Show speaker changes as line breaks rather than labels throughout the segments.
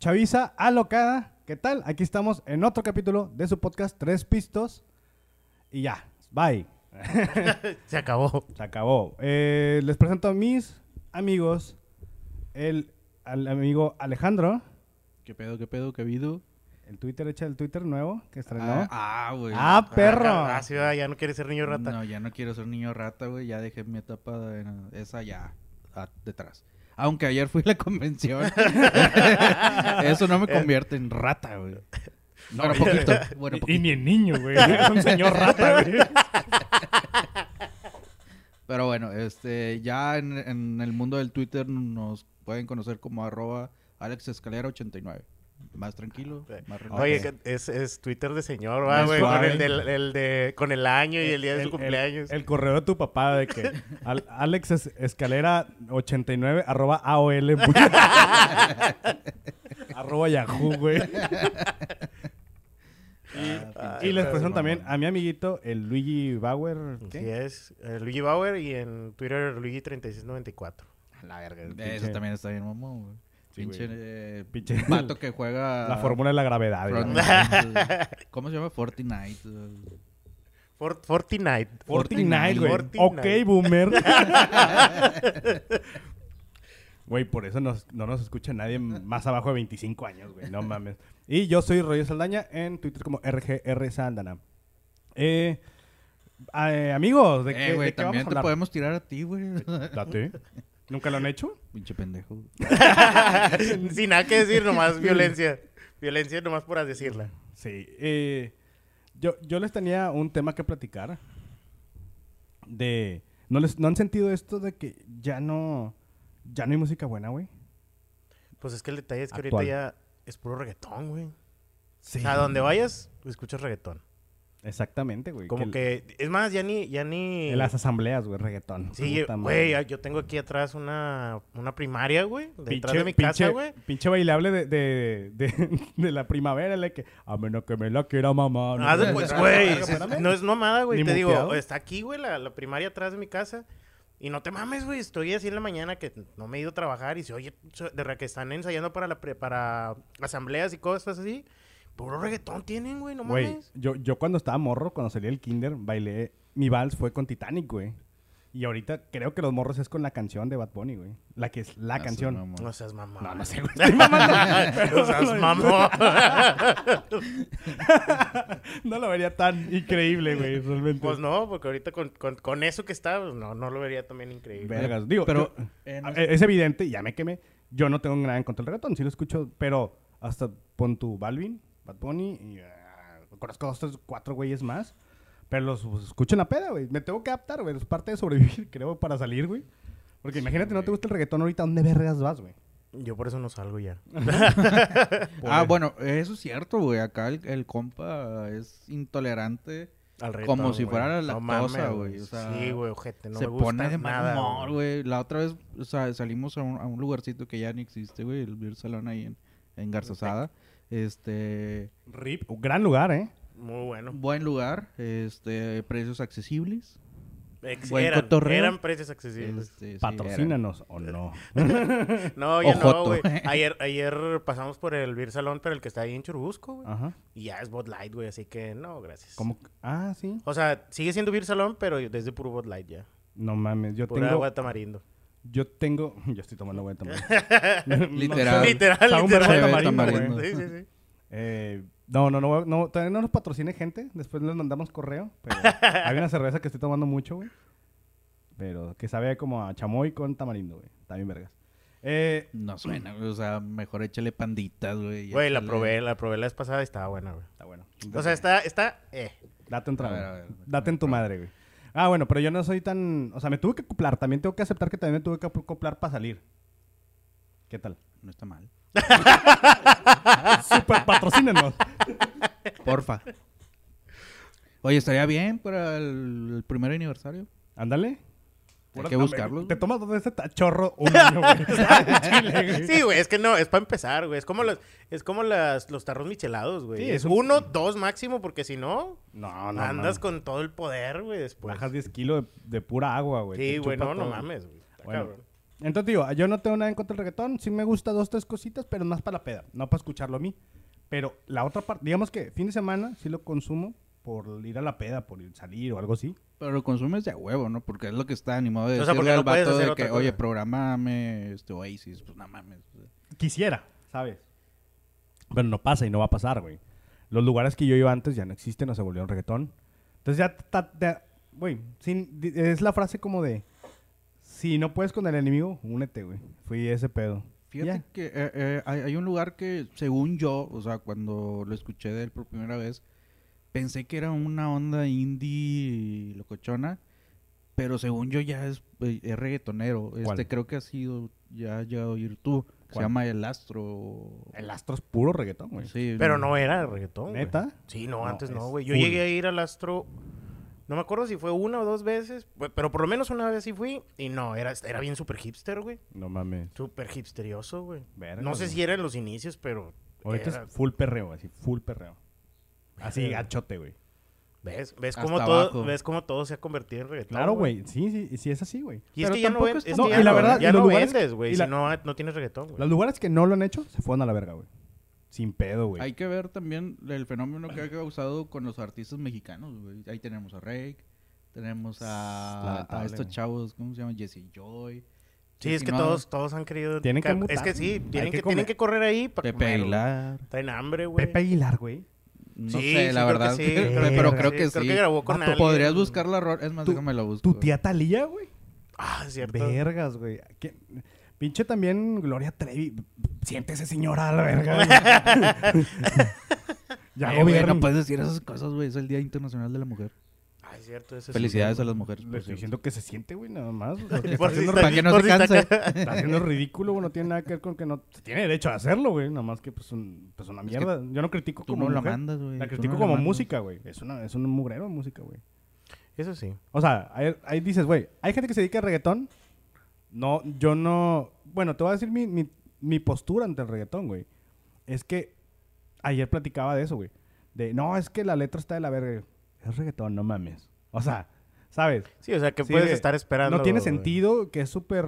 Chaviza alocada, ¿qué tal? Aquí estamos en otro capítulo de su podcast Tres Pistos. Y ya, bye.
Se acabó.
Se acabó. Eh, les presento a mis amigos, el al amigo Alejandro,
¿Qué pedo, qué pedo, qué habido?
el Twitter hecha el Twitter nuevo que estrenó.
Ah, güey.
Ah, perro.
Ah, ciudad, ya no quiere ser niño rata.
No, ya no quiero ser niño rata, güey. Ya dejé mi etapa de- esa ya a- detrás. Aunque ayer fui a la convención. Eso no me
Eh,
convierte en rata, güey. Bueno, poquito. Bueno,
Y
poquito.
ni el niño, güey. Es un señor rata, güey.
Pero bueno, este, ya en, en el mundo del Twitter nos pueden conocer como arroba alexescalera89. Más tranquilo, más relajado.
Oye,
Ah, Ok.
que es, es Twitter de señor, ¿va,
Es
güey. Con
suave.
el, del- el de, con el año y el día de su cumpleaños.
El, correo de tu papá de que al- Alex es- escalera 89 arroba AOL. arroba Yahoo, güey.
Ah,
Y
pinche
les
rata,
presento también
mamón.
a mi amiguito, el Luigi Bauer.
Así es eh, Luigi Bauer y en Twitter Luigi3694.
La verga. Eso
pinche-
también está bien, mamón, güey.
Sí,
pinche,
güey.
eh,
Pinche-
vato que juega.
La fórmula de la gravedad. güey.
Fortnite. ¿Cómo se llama? Fortnite.
Fort- Fortnite.
Fortnite, güey.
Fortnite.
Ok, boomer. Güey, por eso nos- no nos escucha nadie más abajo de 25 años, güey. No mames. Y yo soy Roger Saldaña en Twitter como RGR Saldana. Eh, eh, amigos, ¿de qué,
Eh, güey,
de qué vamos
también
a
te
hablar?
podemos tirar a ti, güey.
Date. ¿Nunca lo han hecho?
Pinche pendejo.
Sin nada que decir, nomás violencia. Violencia nomás por decirla.
Sí. eh, yo, yo les tenía un tema que platicar. De. ¿No, les, ¿No han sentido esto de que ya no. Ya no hay música buena, güey?
Pues es que el detalle es que
Actual.
ahorita ya es puro reggaetón, güey.
Sí.
O sea, donde vayas, escuchas reggaetón.
Exactamente, güey.
Como
el-
que, es más, ya ni, ya ni...
En las asambleas, güey, reggaetón.
Sí,
Puta madre.
güey, ah, yo tengo aquí atrás una, una primaria, güey, detrás
Pinche-
de mi casa,
pinche-
güey.
Pinche bailable de, de, de, de la primavera, la que a menos que me la quiera mamá.
Haz de cuenta, Ah, pues, güey,
Espérame,
es-
espérame.
no es nomada, güey,
Ni
te
muteado.
digo, está aquí, güey, la, la primaria atrás de mi casa. Y no te mames, güey, estoy así en la mañana que no me he ido a trabajar y se oye se- de re- que están ensayando para la pre- para asambleas y cosas así. Puro reggaetón tienen, güey, no
Güey,
mames.
yo, yo cuando estaba morro, cuando salí del kinder, bailé, mi vals fue con Titanic, güey. Y ahorita creo que los morros es con la canción de Bad Bunny, güey. La que es la
Eso,
canción.
mamón.
No seas mamón.
No, no sé,
güey. no seas mamón.
no lo vería tan increíble, güey, realmente.
Pues no, porque ahorita con, con, con eso que está, pues no, no lo vería también increíble.
Vergas, digo.
Pero,
yo-
eh, no
a-
sé.
Ah, e-, es evidente, ya me quemé. Yo no tengo nada en contra del reggaetón, sí lo escucho, pero hasta pon tu Balvin, Bad Bunny, y ah, conozco dos, tres, cuatro güeyes más. Pero los pues, escucho en la peda, güey. Me tengo que adaptar, güey. Es parte de sobrevivir, creo, para salir, güey. Porque imagínate, no te gusta el reggaetón ahorita, ¿dónde vergas vas, güey?
Yo por eso no salgo ya.
Ah,
pues.
bueno, eso es cierto, güey. Acá el, el compa es intolerante.
Al
Como
reggaetón,
si
güey.
fuera la
No
lactosa,
mames,
güey, o sea,
sí, güey, ojete, no
se
me gusta
pone de mal
nada,
humor, güey. La otra vez o sea, salimos a un, a un lugarcito que ya ni existe, güey. El Beer Salón ahí en, en Garzasada. Este...
Rip. Gran lugar, ¿eh?
Muy bueno.
Buen lugar. Este... Precios accesibles.
Ex-
Buen
eran,
cotorreo.
eran precios accesibles.
Este, sí, eran.
Patrocínanos o no.
No, ya
Ojoto.
no, güey. Ayer, ayer pasamos por el Beer Salón, pero el que está ahí en Churubusco,
Ah.
güey.
Ajá.
Y ya es Bot Light, güey, así que no, gracias.
¿Cómo? que- Ah, sí.
O sea, sigue siendo Beer Salón, pero desde puro Bot Light ya.
No mames, yo
Pura
tengo.
agua de tamarindo.
Yo tengo. Yo estoy tomando agua de tamarindo.
Literal.
Literal,
Sabe un verbo de
literal.
tamarindo,
tamarindo,
güey.
Sí, sí, sí.
Eh, no, no, no, no, todavía no nos patrocine gente. Después les mandamos correo. Pero hay una cerveza que estoy tomando mucho, güey. Pero que sabe como a chamoy con tamarindo, güey. También vergas. Eh,
No suena, güey. O sea, mejor échale panditas, güey. y
Güey, la
échale-
probé, la probé la vez pasada y estaba buena, güey.
está bueno.
O sea, está, está, eh.
Date un
A
trago.
ver, a ver,
Date en tu madre, güey. Ah, bueno, pero yo no soy tan. O sea, me tuve que acoplar. También tengo que aceptar que también me tuve que acoplar para salir. ¿Qué tal?
No está mal.
Super patrocínenos.
Porfa. Oye, estaría bien para el, el primer aniversario.
Ándale.
Hay que buscarlos.
Te tomas todo ese chorro un año, güey. Chile, güey.
Sí, güey, es que no, es para empezar, güey. Es como los, es como las, los tarros michelados, güey.
Sí,
es
es un-
uno, dos máximo, porque si no,
No, no.
andas
no.
con todo el poder, güey, después.
Bajas 10 kilos de, de pura agua, güey.
Pues, sí,
Te
güey,
chupa
no, no
todo.
mames, güey. Está
Bueno,
cabrón.
Entonces digo, yo no tengo nada en contra del reggaetón, sí me gusta dos, tres cositas, pero más para la peda, no para escucharlo a mí. Pero la otra parte, digamos que fin de semana sí lo consumo por ir a la peda, por ir- salir o algo así.
Pero lo consumes de a huevo, ¿no? Porque es lo que está animado de
O sea,
decirle
porque
al
no puedes
vato de
hacer
que,
otra
oye,
cosa".
programame este Oasis, pues no mames.
Quisiera, ¿sabes? Pero no pasa y no va a pasar, güey. Los lugares que yo iba antes ya no existen, no se volvieron reggaetón. Entonces ya, ta- ya- güey, sin- di- es la frase como de, si no puedes con el enemigo, únete, güey. Fui ese pedo.
Fíjate
Ya.
que eh, eh, hay, hay un lugar que, según yo, o sea, cuando lo escuché de él por primera vez, pensé que era una onda indie locochona, pero según yo ya es, eh, es reggaetonero.
¿Cuál?
Este creo que ha sido, ya ya a oír tú, que se
¿Cuál?
llama El Astro. o-
El astro es puro reggaetón, güey.
Sí,
Eh, Pero no era reggaetón. güey.
¿Neta?
Sí, no,
No,
antes
es
no, güey. Yo
full.
llegué a ir al astro. No me acuerdo si fue una o dos veces, güey, pero por lo menos una vez sí fui. Y no, era, era bien super hipster, güey.
No mames.
Super hipsterioso, güey.
Verga,
No sé
güey.
si era en los inicios, pero.
Ahorita
era-
es full perreo, así, full perreo. Así,
Verga.
gachote, güey.
¿Ves? ¿Ves,
Hasta
cómo todo,
abajo.
¿Ves cómo todo se ha convertido en reggaetón?
Claro, güey. Sí, sí, sí, es así, güey.
Y es
Pero
que ya no,
tampoco
ven-
es
es que
No,
ya
y la
no-
verdad,
ya
los
no
lugares-
vendes, güey.
y la-
Si no, no tienes reggaetón, güey.
Los lugares que no lo han hecho se fueron a la verga, güey. Sin pedo, güey.
Hay que ver también el fenómeno que ha causado con los artistas mexicanos, güey. Ahí tenemos a Rake, tenemos
Pues,
a,
Lamentable,
a estos
güey.
chavos, ¿cómo se llaman? Jesse Joy.
Sí, es
Jesse
que
No,
todos, todos han querido.
Tienen que
ca-
mutar,
Es que sí,
güey. Hay
tienen
que
que, tienen
comer.
que correr ahí para
Pepe Aguilar.
Traen hambre, güey.
Pepe Aguilar, güey.
No
Sí,
sé,
sí, creo
la
que
verdad.
sí,
Eh,
que-
creo que
pero
sí,
creo que sí.
creo que grabó con
Vato,
alguien.
Podrías buscar la ro- Es más, déjame la busco.
Tu tía Talía, güey.
Ah, es cierto.
Vergas, güey. ¿Qué- Pinche también Gloria Trevi. Siéntese, señora, a la verga. güey. ya
Eh, güey,
gobierno.
no puedes decir esas cosas, güey. Es el Día Internacional de la Mujer.
Ah, es cierto. ese es-
Felicidades a las mujeres.
Le
por
estoy
cierto.
diciendo que se siente, güey, nada más. O sea, que está,
Por si
haciendo,
está-
Para que no
por
se
si está
canse.
está haciendo ridículo, güey. No tiene nada que ver con que no... se Tiene derecho a hacerlo, güey. Nada más que, pues, un- pues, una
Es que
mierda. Yo no critico
Tú
como
no la
mujer.
mandas, güey.
La
tú
critico
no
como
mandas.
música, güey. Es, una, es un mugrero de música, güey.
Eso sí.
O sea, ahí, ahí dices, güey, hay gente que se dedica al reggaetón. No, yo no. Bueno, te voy a decir mi, mi- mi postura ante el reggaetón, güey. Es que ayer platicaba de eso, güey. De no, es que la letra está de la verga. Es reggaetón, no mames. O sea, ¿sabes?
Sí, o sea, que
Sí,
puedes
de-
estar esperando.
No tiene
güey.
sentido, que es súper...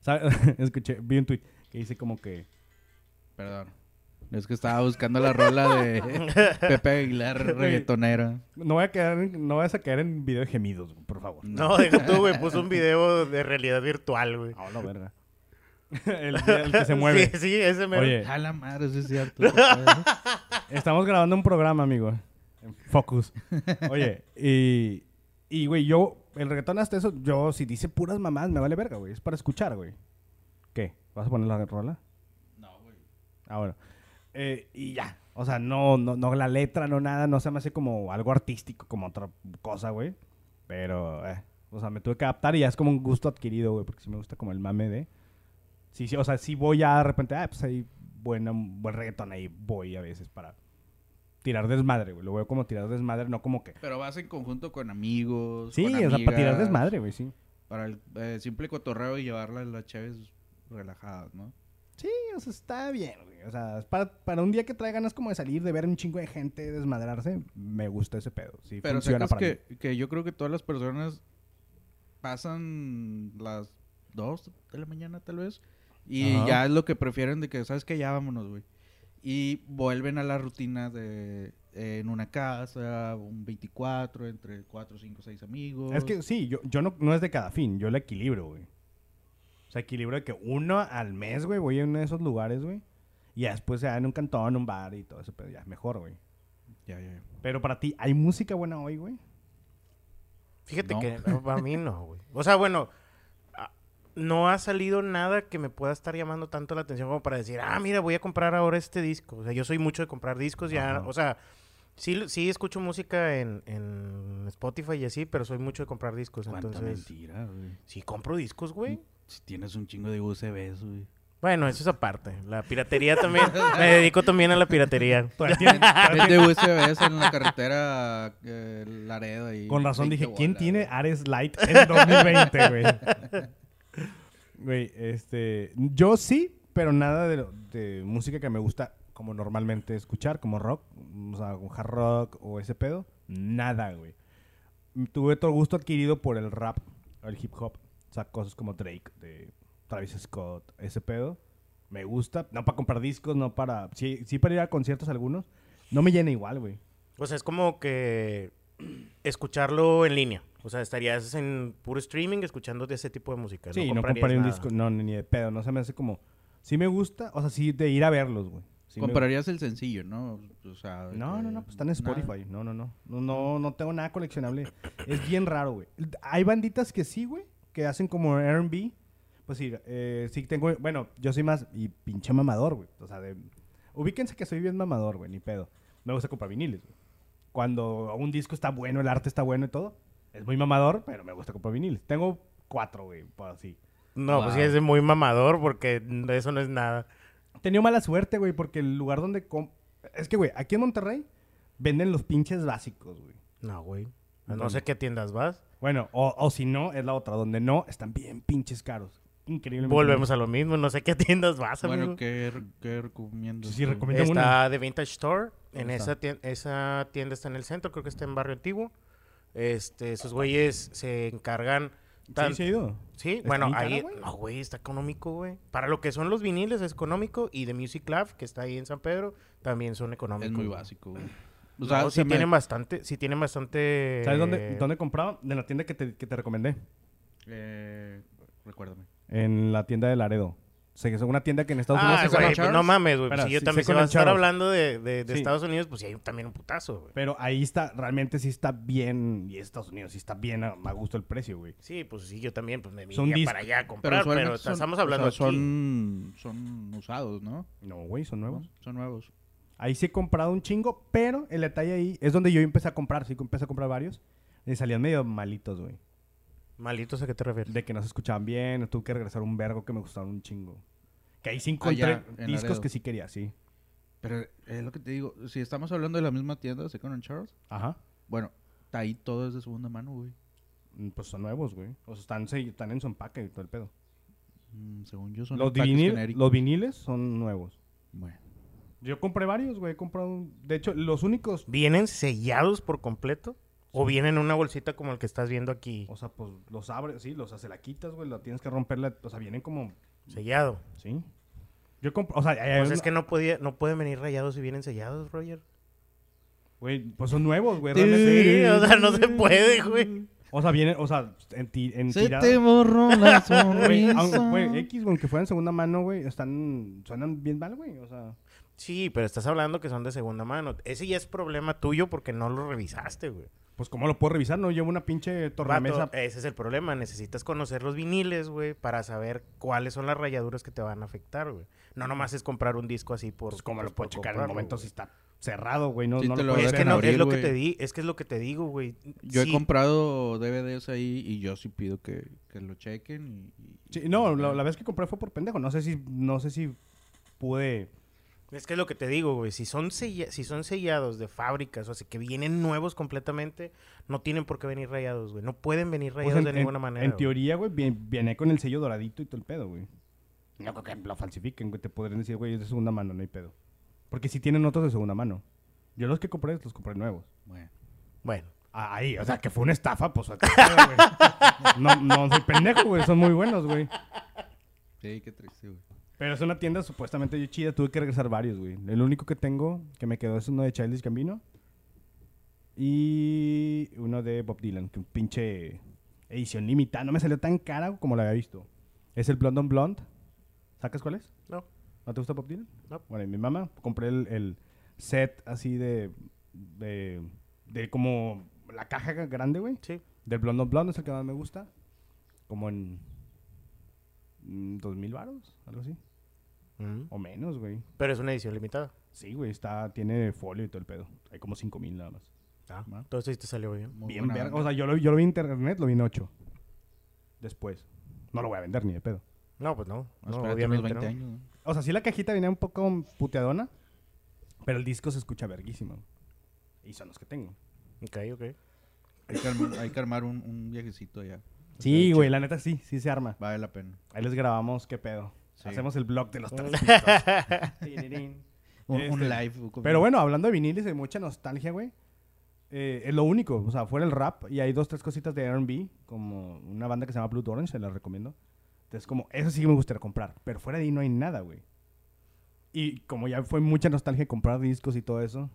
¿Sabe? Escuché, vi un tweet que dice como que...
Perdón. Es que estaba buscando la rola de Pepe Aguilar, reggaetonera.
No voy a quedar, en- no vayas a quedar en video de gemidos, güey, por favor.
No, deja tú, güey. Puso un video de realidad virtual, güey.
No, no, verga. el, el que se mueve.
Sí, sí, ese mero.
Oye,
A la madre, sí es cierto.
Estamos grabando un programa, amigo. En Focus. Oye, y. Y, güey, yo. El reggaetón hasta eso, yo, si dice puras mamás, me vale verga, güey. Es para escuchar, güey. ¿Qué? ¿Vas a poner la rola?
no, güey.
Ah, bueno. Eh, y ya. O sea, no, no, no la letra, no nada, no se me hace como algo artístico, como otra cosa, güey. Pero, eh, o sea, me tuve que adaptar y ya es como un gusto adquirido, güey, porque sí me gusta como el mame de... Sí, sí, o sea, sí voy a de repente, ah, pues hay buena, buen reggaetón ahí, voy a veces para tirar desmadre, güey. Lo veo como tirar desmadre, no como que...
Pero vas en conjunto con amigos.
Sí,
con
o sea, para tirar
amigas,
desmadre, güey, sí.
Para el eh, simple cotorreo y llevarla a las chaves relajadas, ¿no?
Sí, o sea, está bien, güey. O sea, es para, para un día que trae ganas como de salir, de ver un chingo de gente, desmadrarse, me gusta ese pedo. Sí,
Pero
funciona
sacas
para mí.
que, que yo creo que todas las personas pasan las 2 de la mañana, tal vez. Y
Ajá.
ya es lo que prefieren de que, ¿sabes qué? Ya vámonos, güey. Y vuelven a la rutina de eh, en una casa, un 24, entre 4, 5, 6 amigos.
Es que sí, yo, yo no, no es de cada fin, yo la equilibro, güey. O sea, equilibro de que uno al mes, güey, voy a uno de esos lugares, güey. Y ya después se da en un cantón, un bar y todo eso, pero ya es mejor, güey.
Ya, ya, ya.
Pero para ti, ¿hay música buena hoy, güey?
Fíjate
No.
que no, para mí no, güey. O sea, bueno, a- no ha salido nada que me pueda estar llamando tanto la atención como para decir, ah, mira, voy a comprar ahora este disco. O sea, yo soy mucho de comprar discos ya.
Ajá.
O sea, sí, sí escucho música en, en Spotify y así, pero soy mucho de comprar discos.
Cuánta
Entonces,
mentira, güey.
sí compro discos,
Mm.
güey.
Si tienes un chingo de USBs, güey.
Bueno, eso es aparte. La piratería también. me dedico también a la piratería.
Vende USBs en la carretera eh, Laredo. Y
Con razón
20
dije, ¿quién
bolas,
tiene
güey.
Ares Light en 2020, güey? Güey, este... Yo sí, pero nada de, lo- de música que me gusta como normalmente escuchar, como rock, o sea, como hard rock o ese pedo. Nada, güey. Tuve todo gusto adquirido por el rap, el hip hop. sea, cosas como Drake, de Travis Scott, ese pedo. Me gusta. No para comprar discos, no para. Sí, sí para ir a conciertos algunos. No me llena igual, güey.
O sea, es como que escucharlo en línea. O sea, estarías en puro streaming escuchando de ese tipo de música.
Sí, no,
pues, comprarías
compraría un
nada.
disco. No, ni de pedo. No se me hace como. Sí me gusta. O sea, sí de ir a verlos, güey. Sí me-
Comprarías el sencillo, ¿no? O sea,
No,
que-
no, no, pues está en Spotify.
nada.
No, no, no. No, no, no tengo nada coleccionable. Es bien raro, güey. Hay banditas que sí, güey, que hacen como R&B. Pues sí, eh, sí tengo... Bueno, yo soy más... Y pinche mamador, güey. O sea, de... Ubíquense que soy bien mamador, güey, ni pedo. Me gusta comprar viniles, güey. Cuando un disco está bueno, el arte está bueno y todo, es muy mamador, pero me gusta comprar viniles. Tengo cuatro, güey, pues así.
No, pues sí,
Wow.
es muy mamador porque de eso no es nada.
He tenido mala suerte, güey, porque el lugar donde... com- Es que, güey, aquí en Monterrey venden los pinches básicos, güey.
No, güey. A
No.
No sé qué tiendas vas.
Bueno, o, o si no, es la otra. Donde no, están bien pinches caros. Increíble.
Volvemos a lo mismo. No sé qué tiendas vas,
Bueno,
Pues, amigo.
¿qué, re- qué recomiendas?
Sí,
tú?
recomiendo. Vende
Está The Vintage Store. En
¿Dónde está?
esa tienda, esa tienda está en el centro. Creo que está en Barrio Antiguo. Este, esos güeyes se encargan...
Sí,
tan-
sí, he ido.
Sí,
¿Está
bueno,
bien cara,
ahí.
güey?
No, güey, está económico, güey. Para lo que son los viniles es económico y The Music Lab, que está ahí en San Pedro, también son económicos.
Es muy
güey.
básico, güey. O
No,
sea,
sí
se me-
tienen bastante, sí tienen bastante.
¿Sabes dónde, dónde compraba? De la tienda que te, que te recomendé.
Eh, recuérdame.
En la tienda de Laredo. O sea, que es una tienda que en Estados
Ah,
Unidos... se
güey,
conoce,
pues no mames, güey.
Espera,
Si yo
sí,
también se
Second
va a
and
estar
Charles.
hablando de, de- de
Sí.
Estados Unidos, pues sí hay también un putazo, güey.
Pero ahí está, realmente sí está bien... Y Estados Unidos sí está bien a, a gusto el precio, güey.
Sí, pues sí, yo también, pues me
Son
iría
discos.
para allá a
Pero,
comprar, pero,
usualmente son-
estamos
o
hablando
sea,
aquí.
son, son usados, ¿no?
No, güey, son nuevos.
Son nuevos.
Ahí sí he comprado un chingo, pero el detalle ahí es donde yo empecé a comprar. Sí, empecé a comprar varios. Y salían medio malitos, güey.
Malitos, ¿a qué te refieres?
de que no se escuchaban bien, tuve que regresar un vergo que me gustaron un chingo. Que ahí sí encontré
Allá, Ah, en
discos
Laredo.
que sí quería, sí.
Pero es lo que te digo, si estamos hablando de la misma tienda, Second and Charles,
Ajá.
bueno, ahí todo es de segunda mano, güey.
Mm, Pues son nuevos, güey. O sea, están, se- están en su empaque y todo el pedo.
Mm, según yo son
Los,
empaques
vinil-
genéricos.
los viniles son nuevos.
Bueno.
Yo compré varios, güey. He comprado. un- De hecho, los únicos.
¿Vienen sellados por completo? ¿O vienen en una bolsita como el que estás viendo aquí?
O sea, pues los abres, sí, los hace la quitas, güey. La tienes que romperla. O sea, vienen como.
Sellado.
Sí. Yo compré. O sea, hay- hay
Pues es
Eh, una-
que no, podía, no pueden venir rayados si vienen sellados, Roger.
Güey, pues son nuevos, güey. realmente.
Sí, o sea, no se puede, güey.
O sea, vienen. O sea, en, ti- en
Se
tirada-
te borró
Güey,
la sonrisa.
aunque, güey, X, güey, aunque fuera en segunda mano, güey, están, suenan bien mal, güey, o sea.
Sí, pero estás hablando que son de segunda mano. Ese ya es problema tuyo porque no lo revisaste, güey.
Pues, ¿cómo lo puedo revisar? No llevo una pinche tornamesa.
Vato, eh, ese es el problema. Necesitas conocer los viniles, güey, para saber cuáles son las rayaduras que te van a afectar, güey. No nomás es comprar un disco así por.
Pues, ¿cómo
pues,
lo puedo
por
checar en el
comprarlo,
momento si
güey.
está cerrado, güey? No,
Sí,
no
te
lo
lo
puedo
Es
abren
que
ver.
no,
abril,
es lo que
güey.
te di, es que es lo que te digo, güey.
Yo
Sí,
he comprado DVDs ahí y yo sí pido que, que lo chequen. Y, y-
Sí, no, la, la vez que compré fue por pendejo. No sé si, no sé si pude.
Es que es lo que te digo, güey. Si son, sella- si son sellados de fábricas, o sea, que vienen nuevos completamente, no tienen por qué venir rayados, güey. No pueden venir
pues,
rayados
en,
de
en-
ninguna manera.
En
güey.
teoría, güey, bien- viene con el sello doradito y todo el pedo, güey. No creo que lo falsifiquen, güey. Te podrían decir, güey, es de segunda mano, no hay pedo. Porque si tienen otros de segunda mano. Yo los que compré, los compré nuevos.
Bueno.
Bueno.
Ah, Ahí, o sea, que fue una estafa, pues. acá, güey. No, no soy pendejo, güey. Son muy buenos, güey.
Sí, qué triste, güey.
Pero es una tienda supuestamente yo chida. Tuve que regresar varios, güey. El único que tengo que me quedó es uno de Childish Gambino. Y uno de Bob Dylan, que un pinche edición limitada. No me salió tan cara como lo había visto. Es el Blonde on Blonde. ¿Sacas cuál es?
No.
¿No te gusta Bob Dylan?
No.
Bueno, y mi mamá compré el, el set así de, de. de como la caja grande, güey.
Sí.
Del Blonde on Blonde es el que más me gusta. Como en. mm, 2000 varos, algo así.
Ujú.
O menos, güey.
mm, Pero es una edición limitada.
Sí, güey, está, tiene folio y todo el pedo. Hay como 5000 nada más.
Ah. Entonces sí te salió bien.
Muy
Bien
buena
verga.
banda.
O sea, yo lo, yo lo vi en internet, lo vi en 8. Después. No lo voy a vender ni de pedo.
No, pues
Ah,
no. no,
Espérate unos
obviamente
20
no.
años, ¿no?
O sea, sí la cajita venía un poco puteadona, pero el disco se escucha verguísimo. Y son los que tengo.
Ok, ok.
Hay que armar, hay que armar un, un viajecito allá.
Sí, güey, la neta sí, sí se arma.
Vale la pena.
Ahí les grabamos, qué pedo.
Sí.
Hacemos el blog de los tres discos. Tirirín.
Un, un
Este,
live. un- Pues
Pero bueno, hablando de viniles, hay mucha nostalgia, güey. eh, es lo único. O sea, fuera el rap y hay dos, tres cositas de RB, como una banda que se llama Blue Orange, se la recomiendo. Entonces, como, eso sí que me gustaría comprar, pero fuera de ahí no hay nada, güey. Y como ya fue mucha nostalgia comprar discos y todo eso.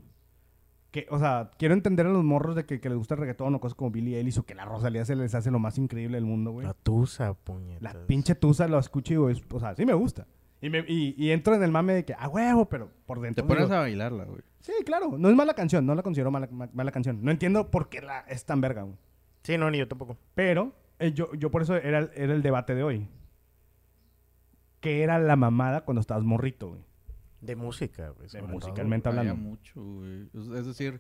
Que, o sea, quiero entender a los morros de que, que les gusta el reggaetón o cosas como Billie Eilish o que la Rosalía se les hace lo más increíble del mundo, güey.
La tusa, puñetas.
La pinche tusa lo escucho y digo, es- o sea, sí me gusta. Y, me- y- y entro en el mame de que, ah, huevo, pero por
Te
dentro.
pones
digo,
a bailarla, güey.
Sí, claro, no es mala canción, no la considero mala, ma- mala canción. No entiendo por qué la, es tan verga, güey.
Sí, no, ni yo tampoco.
Pero eh, yo, yo por eso era, el- era el debate de hoy. ¿Qué era la mamada cuando estabas morrito, güey?
De música, güey.
De
sobre
musicalmente
Había
hablando.
mucho, güey. Es- Es decir,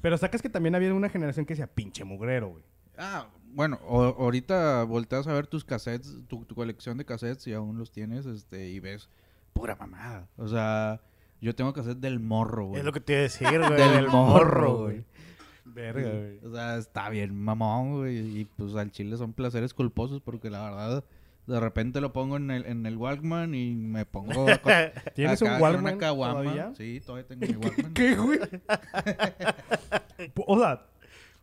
Pero sacas que también había una generación que decía, pinche mugrero, güey.
ah, bueno, o- ahorita volteas a ver tus cassettes, tu, tu colección de cassettes, si aún los tienes, este, y ves pura mamada. O sea, yo tengo cassettes del morro,
todo.
güey.
Es lo que te iba a decir, güey.
del,
del
morro, güey.
Verga, güey.
O sea, está bien, mamón, güey. Y pues al chile son placeres culposos porque la verdad, de repente lo pongo en el, en el Walkman y me pongo. a co-
¿Tienes un
acá con
Walkman
caguama.
todavía?
Sí, todavía tengo mi Walkman.
¿Qué, güey? o sea,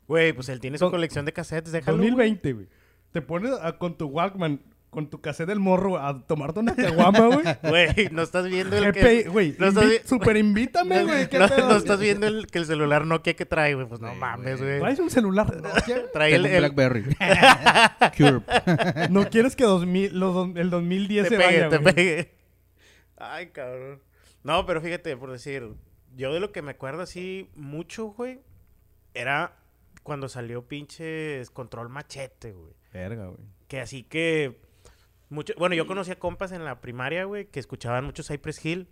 Güey, pues él tiene su
Dos-
colección de cassettes, déjalo. güey.
2020, güey. Te pones a- con tu Walkman, con tu cassette del morro a tomarte una caguama, güey.
Güey, no estás viendo el
Jepe,
que...
güey.
no estás
invi-
vi-
Super invítame, güey. ¿qué
no,
pedo?
no estás viendo el, que el celular Nokia que trae, güey. Pues no
Sí,
mames,
güey.
güey.
¿Traes un celular? No,
Trae el...
Tengo un
el-
Blackberry. Curb.
No quieres que 2000, los, dos- el 2010
te
se
pegue,
vaya,
te
güey.
pegue. Ay, cabrón. No, pero fíjate, por decir, yo de lo que me acuerdo así mucho, güey, era cuando salió pinches Control Machete, güey.
Verga, güey.
Que así que... Mucho, bueno, yo conocía compas en la primaria, güey, que escuchaban mucho Cypress Hill.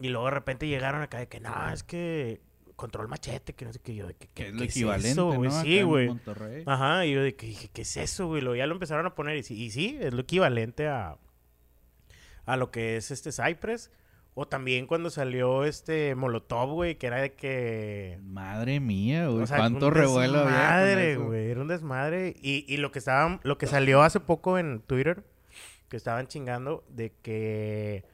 Y luego de repente llegaron acá de que, no, es que... Control Machete, que no sé qué. Yo de que,
Que
¿qué,
es
qué
lo equivalente,
eso, güey?
¿no? Acá
Sí,
en
güey. Ah.
Monterrey.
Ajá, y yo de que dije, ¿qué es eso, güey? Luego ya lo empezaron a poner y sí, y sí, es lo equivalente a, a lo que es este Cypress. O también cuando salió este Molotov, güey, que era de que...
Madre mía, güey.
o sea,
¿Cuánto
un
revuelo había? con
desmadre,
eso?
güey, era un desmadre. Y, y lo, que estaba, lo que salió hace poco en Twitter, que estaban chingando, de que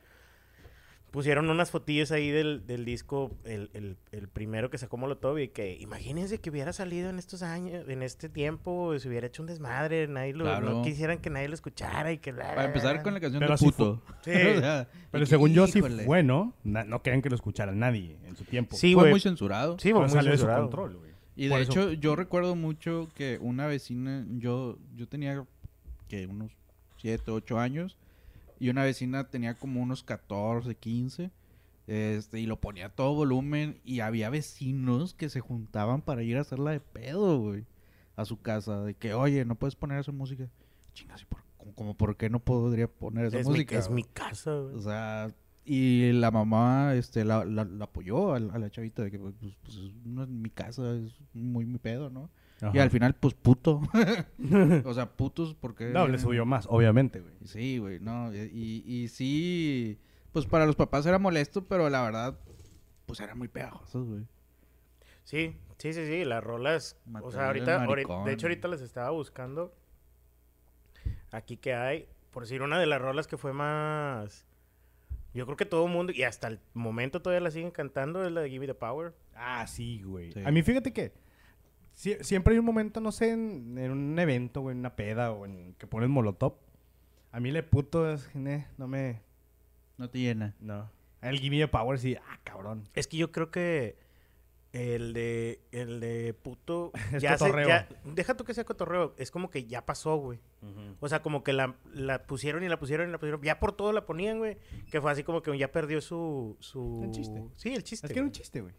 pusieron unas fotillas ahí del, del disco, el, el- el primero que sacó Molotov, y que imagínense que hubiera salido en estos años, en este tiempo, se hubiera hecho un desmadre, nadie lo,
Claro.
no quisieran que nadie lo escuchara y que bla,
Para empezar
bla,
con la canción
Pero
de
así
puto.
Sí.
sea, y
Pero
que,
según yo, sí
híjole,
fue, ¿no? Na- no querían que lo escuchara nadie en su tiempo.
Sí,
Fue
güey.
muy censurado.
Sí,
Pero
fue muy
salió de su
censurado.
control, güey.
Y
Por
de
eso-
hecho, yo recuerdo mucho que una vecina, yo, yo tenía que unos 7, 8 años, y una vecina tenía como unos 14, 15, este, y lo ponía a todo volumen, y había vecinos que se juntaban para ir a hacerla de pedo, güey, a su casa, de que, oye, no puedes poner esa música. Chingas, ¿y por, como, como por qué no podría poner esa
Es, mi,
música?
es mi casa, güey.
O sea, y la mamá este, la, la- la apoyó a la, a la chavita de que pues, pues, pues, es- no es mi casa, es muy mi pedo, ¿no? Y al final, pues puto. o sea, putos porque...
No, le
vienen-
subió más, obviamente, güey.
Sí, güey, no. Y, y- y sí, pues para los papás era molesto, pero la verdad, pues era muy pegajoso, güey.
Sí, sí, sí, sí, las rolas. o
Matadero
sea, ahorita,
del
ahori-
maricón.
de hecho ahorita las estaba buscando. Aquí que hay, por decir, una de las rolas que fue más... Yo creo que todo el mundo, y hasta el momento todavía la siguen cantando, es la de Give Me The Power.
Ah, sí, güey.
Sí.
A mí fíjate que sie- siempre hay un momento, no sé, en, en un evento o en una peda o en que ponen molotov. A mí le puto es, ne, no me...
No te llena.
No. El Gimme the Power sí, ah, cabrón.
Es que yo creo que el de, el de puto...
Es
se-
cotorreo.
ya- deja tú que sea cotorreo, es como que ya pasó, güey. O sea, como que la, la pusieron y la pusieron y la pusieron. Ya por todo la ponían, güey. Que fue así como que ya perdió su... su...
El chiste.
Sí, el chiste.
Es que era un
güey.
chiste, güey.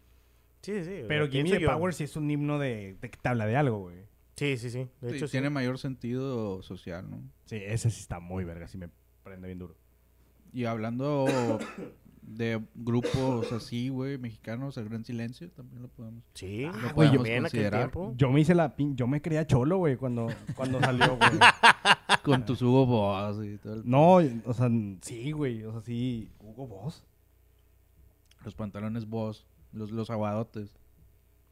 Sí, sí. o
Pero
sea,
Gimme
pienso
the
yo.
Power sí es un himno de, de que te habla de algo, güey.
Sí, sí, sí. De
Sí,
hecho, sí.
tiene mayor sentido social, ¿no?
Sí, ese sí está muy verga, sí me prende bien duro.
Y hablando de grupos así, güey, mexicanos, el Gran Silencio, también lo podemos...
Sí,
Ah,
lo
güey, yo-
también en aquel
considerar.
tiempo.
Yo me hice la pin... Yo me creía cholo, güey, cuando, cuando salió, güey.
Con tu Hugo Boss y todo el-
No, o sea, sí, güey. O sea, sí, Hugo Boss.
Los pantalones Boss, los, los aguadotes.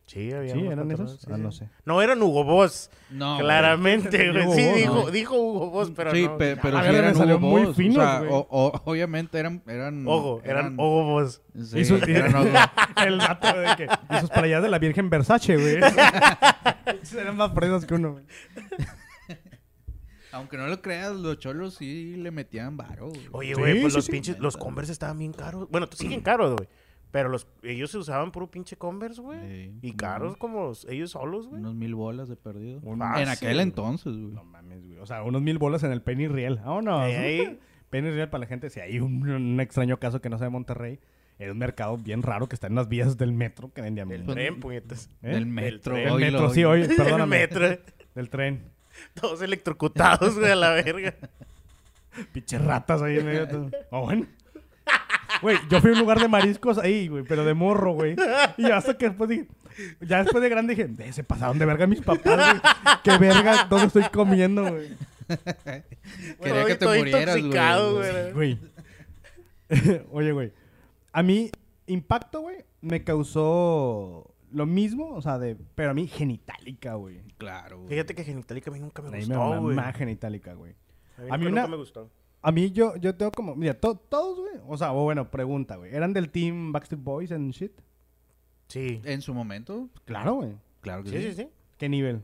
Sí, había
Sí,
unos
eran
patrones,
esos.
sí,
Ah,
sí.
no sé.
No eran Hugo Boss,
No.
claramente, güey.
Hugo
Sí,
Boss,
dijo,
no.
dijo Hugo Boss, pero
sí,
no.
pe- pero
A
sí
ver, me
eran
salió
Hugo
muy
Boss, o
finos,
sea,
güey.
o- o- obviamente eran... eran
Ogo, eran Ogo Boss.
sí,
Y sus-
eran Ogo.
El dato de que esos para allá de la Virgen Versace, güey. Serán más fresas que uno, güey.
Aunque no lo creas, los cholos sí le metían varo. güey.
Oye,
Sí,
güey, pues
sí,
los
sí.
pinches, los Converse estaban bien caros. Bueno, siguen caros, güey. Pero los, ellos se usaban puro pinche Converse, güey.
Sí,
y
cómo
caros como los- ellos solos, güey.
Unos mil bolas de perdido.
Fácil,
en aquel
güey.
entonces, güey.
No mames, güey. O sea, unos mil bolas en el Penny Riel. Ah, no.
Ey.
Penny Riel para la gente. Si hay un, un extraño caso que no sea de Monterrey, era un mercado bien raro que está en las vías del metro que vendían
Del
mil.
tren, puñetas.
¿Eh?
Del
Del
metro.
tren.
Del
oílo,
metro, sí,
oílo.
oye,
El
perdóname.
metro. eh.
Del tren.
Todos electrocutados, güey, a la verga.
Pinche ratas ahí en medio. de todo. Ah, bueno. Güey, yo fui a un lugar de mariscos ahí, güey, pero de morro, güey. Y ya hasta que después dije, ya después de grande dije, "Eh, se pasaron de verga mis papás, güey. Qué verga, ¿dónde estoy comiendo, güey?
Quería que te
Todo
murieras,
intoxicado,
güey.
güey.
Güey. Oye, güey. A mí, impacto, güey, me causó lo mismo, o sea, de, pero a mí genitálica, güey.
Claro, güey.
Fíjate que Genitalica a mí nunca me
A mí me
gustó, güey.
mamá
A
genitálica, güey.
mí
A mí
nunca
una-
me gustó.
A mí yo, yo tengo como, mira, to- todos, güey, o sea, o bueno, pregunta, güey, ¿eran del team Backstreet Boys and shit?
Sí.
En su momento,
Claro, güey.
claro que
Sí,
sí.
sí, sí.
¿Qué nivel?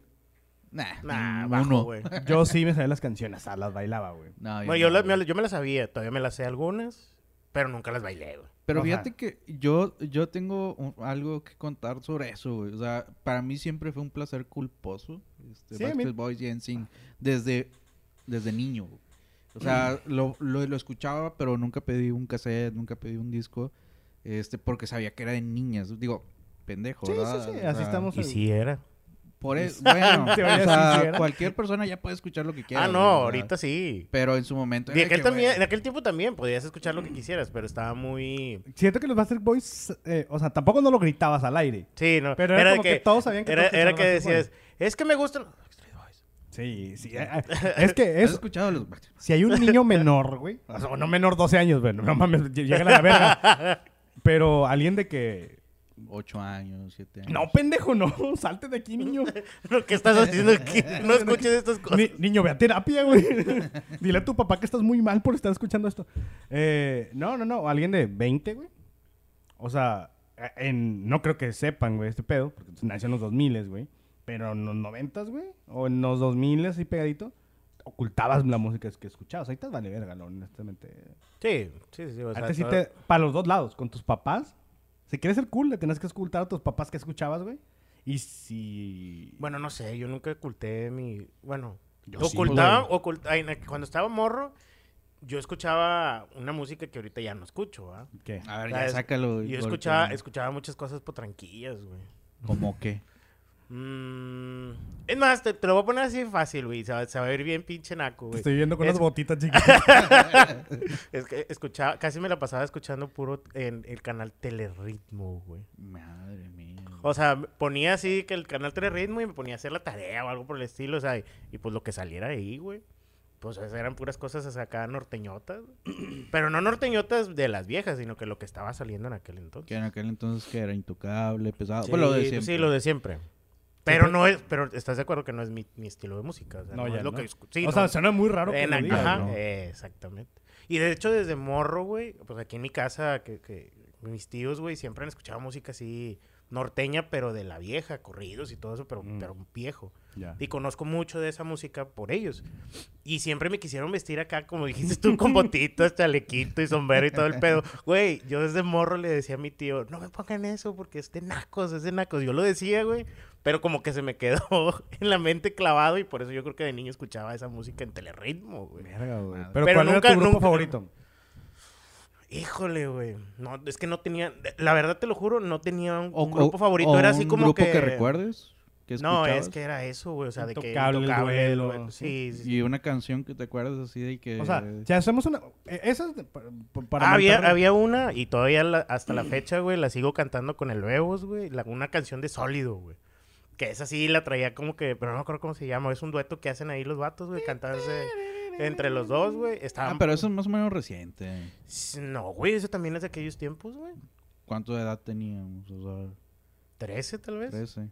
Nah,
Nah,
ninguno.
bajo, güey.
Yo sí me sabía las canciones, ah, las bailaba, güey.
No,
Bueno, yo,
no,
la-
güey.
me- yo me las sabía, todavía me las sé algunas, pero nunca las bailé, güey.
Pero
Ajá.
fíjate que yo, yo tengo un- algo que contar sobre eso, güey. O sea, para mí siempre fue un placer culposo. Este,
Sí, a mí-
Backstreet Boys y NSYNC desde, desde niño. güey. O sea,
Mm.
lo, lo, lo escuchaba, pero nunca pedí un cassette, nunca pedí un disco. Este, porque sabía que era de niñas. Digo, pendejo,
Sí, sí,
¿verdad?
sí,
O
así
sea,
estamos.
Y sí era.
Por eso, bueno, o
teoría
sea,
sincera.
cualquier persona ya puede escuchar lo que quiera.
Ah, no,
güey, o sea,
ahorita sí.
Pero en su momento...
De
era
aquel
que,
también,
güey,
en aquel tiempo también podías escuchar lo que quisieras, pero estaba muy...
Siento que los Backstreet Boys, eh, o sea, tampoco no lo gritabas al aire.
Sí, no.
Pero era,
de
como que, todos sabían que
era,
todos
era
escuchaban
que
Backstreet
decías,
Boys.
es que me gustan... los Backstreet Boys".
Sí, sí. eh, eh, Es que
¿Has
es,
escuchado los Backstreet
si hay un niño menor, güey, o sea, no menor 12 años, bueno, no mames, llegan a la verga. Pero alguien de que,
Boys? Ocho años, siete años.
no, pendejo, no, salte de aquí, niño.
Lo que estás haciendo aquí, no escuches estas cosas.
Ni- niño, ve a terapia, güey. Dile a tu papá que estás muy mal por estar escuchando esto. Eh, no, no, no. Alguien de 20, güey. O sea, a- en, no creo que sepan, güey, este pedo. Porque nació en los 2000, güey. Pero en los 90, güey. O en los 2000, así pegadito. Ocultabas la música que escuchabas. Ahí te vale verga, no, honestamente.
Sí, sí, sí. o sea,
Antes sí
todo-
te... Para los dos lados. Con tus papás. Si quieres ser cool, le tenías que ocultar a tus papás que escuchabas, güey. Y si...
Bueno, no sé, yo nunca oculté mi... Bueno,
Yo sí,
ocultaba,
güey.
ocult- ay, na- cuando estaba morro, yo escuchaba una música que ahorita ya no escucho, ¿ah?
¿Qué?
A ver,
Ah,
ya
es-
sácalo.
Yo
ahorita.
escuchaba, escuchaba muchas cosas por tranquillas, güey.
¿Cómo qué?
Mm, es más, te, te lo voy a poner así fácil, güey. Se, va- se va a ir bien pinche naco,
Te
güey.
estoy viendo con
Es-
las botitas chicas.
Es que escuchaba, casi me la pasaba escuchando puro en el canal Teleritmo, güey.
Madre mía.
O sea, me ponía así que el canal Teleritmo y me ponía a hacer la tarea o algo por el estilo, o sea, y, y pues lo que saliera de ahí, güey. Pues esas eran puras cosas o sea, acá norteñotas. güey. Pero no norteñotas de las viejas, sino que lo que estaba saliendo en aquel entonces.
Que en aquel entonces que era intocable, pesado.
Sí,
Pues lo de
sí,
siempre.
lo de siempre. Pero no es, pero estás de acuerdo que no es mi, mi estilo de música. O sea,
No,
no,
ya
es lo
no.
que escu- sí,
o
no.
sea, suena muy raro que
En
lo
la-
digas,
ajá,
¿no?
eh, exactamente. Y de hecho, desde morro, güey, pues aquí en mi casa, que, que mis tíos, güey, siempre han escuchado música así norteña, pero de la vieja, corridos y todo eso, pero,
Mm.
pero viejo.
Ya.
Y conozco mucho de esa música por ellos. Y siempre me quisieron vestir acá, como dijiste tú, con botitas, chalequito y sombrero y todo el pedo. Güey, yo desde morro le decía a mi tío, no me pongan eso porque es de nacos, es de nacos. Yo lo decía, güey, pero como que se me quedó en la mente clavado y por eso yo creo que de niño escuchaba esa música en telerritmo, güey.
Verga, güey.
Madre.
Pero,
Pero
¿cuál
nunca-
era tu grupo
nunca-
favorito?
Híjole, güey. No, es que no tenía, la verdad te lo juro, no tenía un,
O-
un grupo
o-
favorito.
o
Era así
un
como
grupo
que...
que, recuerdes? Que
No,
escuchabas,
es que era eso, güey. O sea, de que...
Intocable, El
el
Duelo,
duelo, Sí, sí, sí.
Y una canción que te acuerdas así de que...
O sea, si hacemos una... eh, Esa es de- pa- pa- para...
Ah, había,
Monterrey.
había una, y todavía la- hasta la fecha, güey, la sigo cantando con el Bebos, güey. la- una canción de Sólido, güey. Que esa sí la traía como que, pero no me acuerdo cómo se llama. Es un dueto que hacen ahí los vatos, güey, cantarse entre los dos, güey. Estaban...
Ah, pero eso es más o menos reciente.
No, güey, eso también es de aquellos tiempos, güey.
¿Cuánto de edad teníamos? O sea,
¿13 tal vez?
13.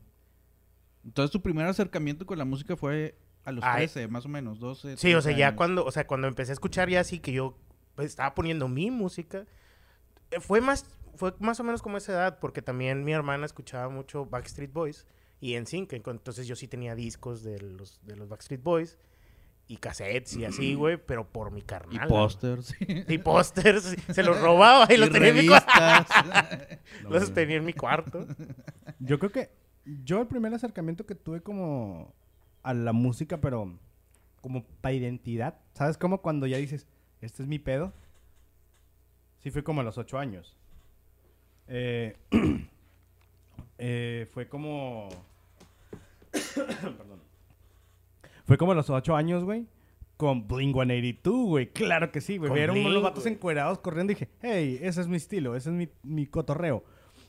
Entonces tu primer acercamiento con la música fue a los
Ay.
13, más o menos, 12.
Sí, o
13
sea, ya
años.
cuando, o sea, cuando empecé a escuchar ya así que yo pues, estaba poniendo mi música, eh, fue más, fue más o menos como esa edad, porque también mi hermana escuchaba mucho Backstreet Boys y en sync, entonces yo sí tenía discos de los, de los Backstreet Boys y cassettes y así, güey, pero por mi carnal.
Y
güey.
pósters.
Y pósters, se los robaba y, los tenía en mi cuarto.
revistas.
Los este, tenía en mi cuarto.
Yo creo que yo el primer acercamiento que tuve como a la música, pero como para identidad, ¿sabes cómo cuando ya dices, este es mi pedo? Sí, fue como a los ocho años. Eh, eh, fue como... Perdón. Fue como a los ocho años, güey. Con Bling 182, güey. Claro que sí, güey.
Con
Vieron los
Blink,
vatos
güey.
encuerados corriendo y dije, hey, ese es mi estilo, ese es mi, mi cotorreo.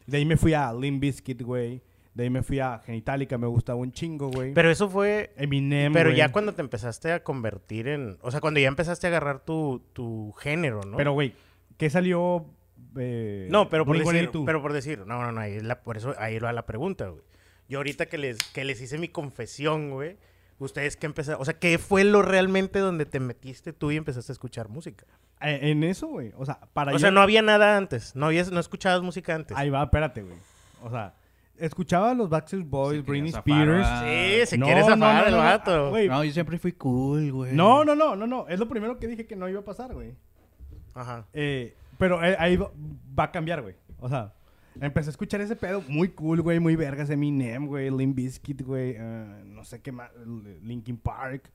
De ahí me fui a Limp Bizkit, güey. De ahí me fui a Genitalica, me gustaba un chingo, güey.
Pero eso fue
Eminem,
Pero
güey.
ya cuando te empezaste a convertir en. O sea, cuando ya empezaste a agarrar tu, tu género, ¿no?
Pero, güey, ¿qué salió? eh,
no, pero por, decir,
Blink-182?
pero por decir. No, no, no. Ahí es la, por eso ahí va la pregunta, güey. Yo ahorita que les, que les hice mi confesión, güey. Ustedes que empezaron. O sea, ¿qué fue lo realmente donde te metiste tú y empezaste a escuchar música?
Eh, En eso, güey. O sea, para
O
yo-
sea, no había nada antes. No, habías, no escuchabas música antes.
Ahí va, espérate, güey. O sea, escuchaba a los Backstreet Boys,
Se quería
Britney
zafar,
Spears.
¿verdad?
sí, se
No,
quiere
ah, no,
zafar
no,
el
no, no.
vato.
Güey,
No, yo siempre fui cool, güey.
No, no, no, no, no. Es lo primero que dije que no iba a pasar, güey.
Ajá.
Eh, pero eh, ahí va va a cambiar, güey. O sea, empecé a escuchar ese pedo muy cool, güey, muy vergas. Eminem, güey, Limp Bizkit, güey, eh, no sé qué más, L- Linkin Park.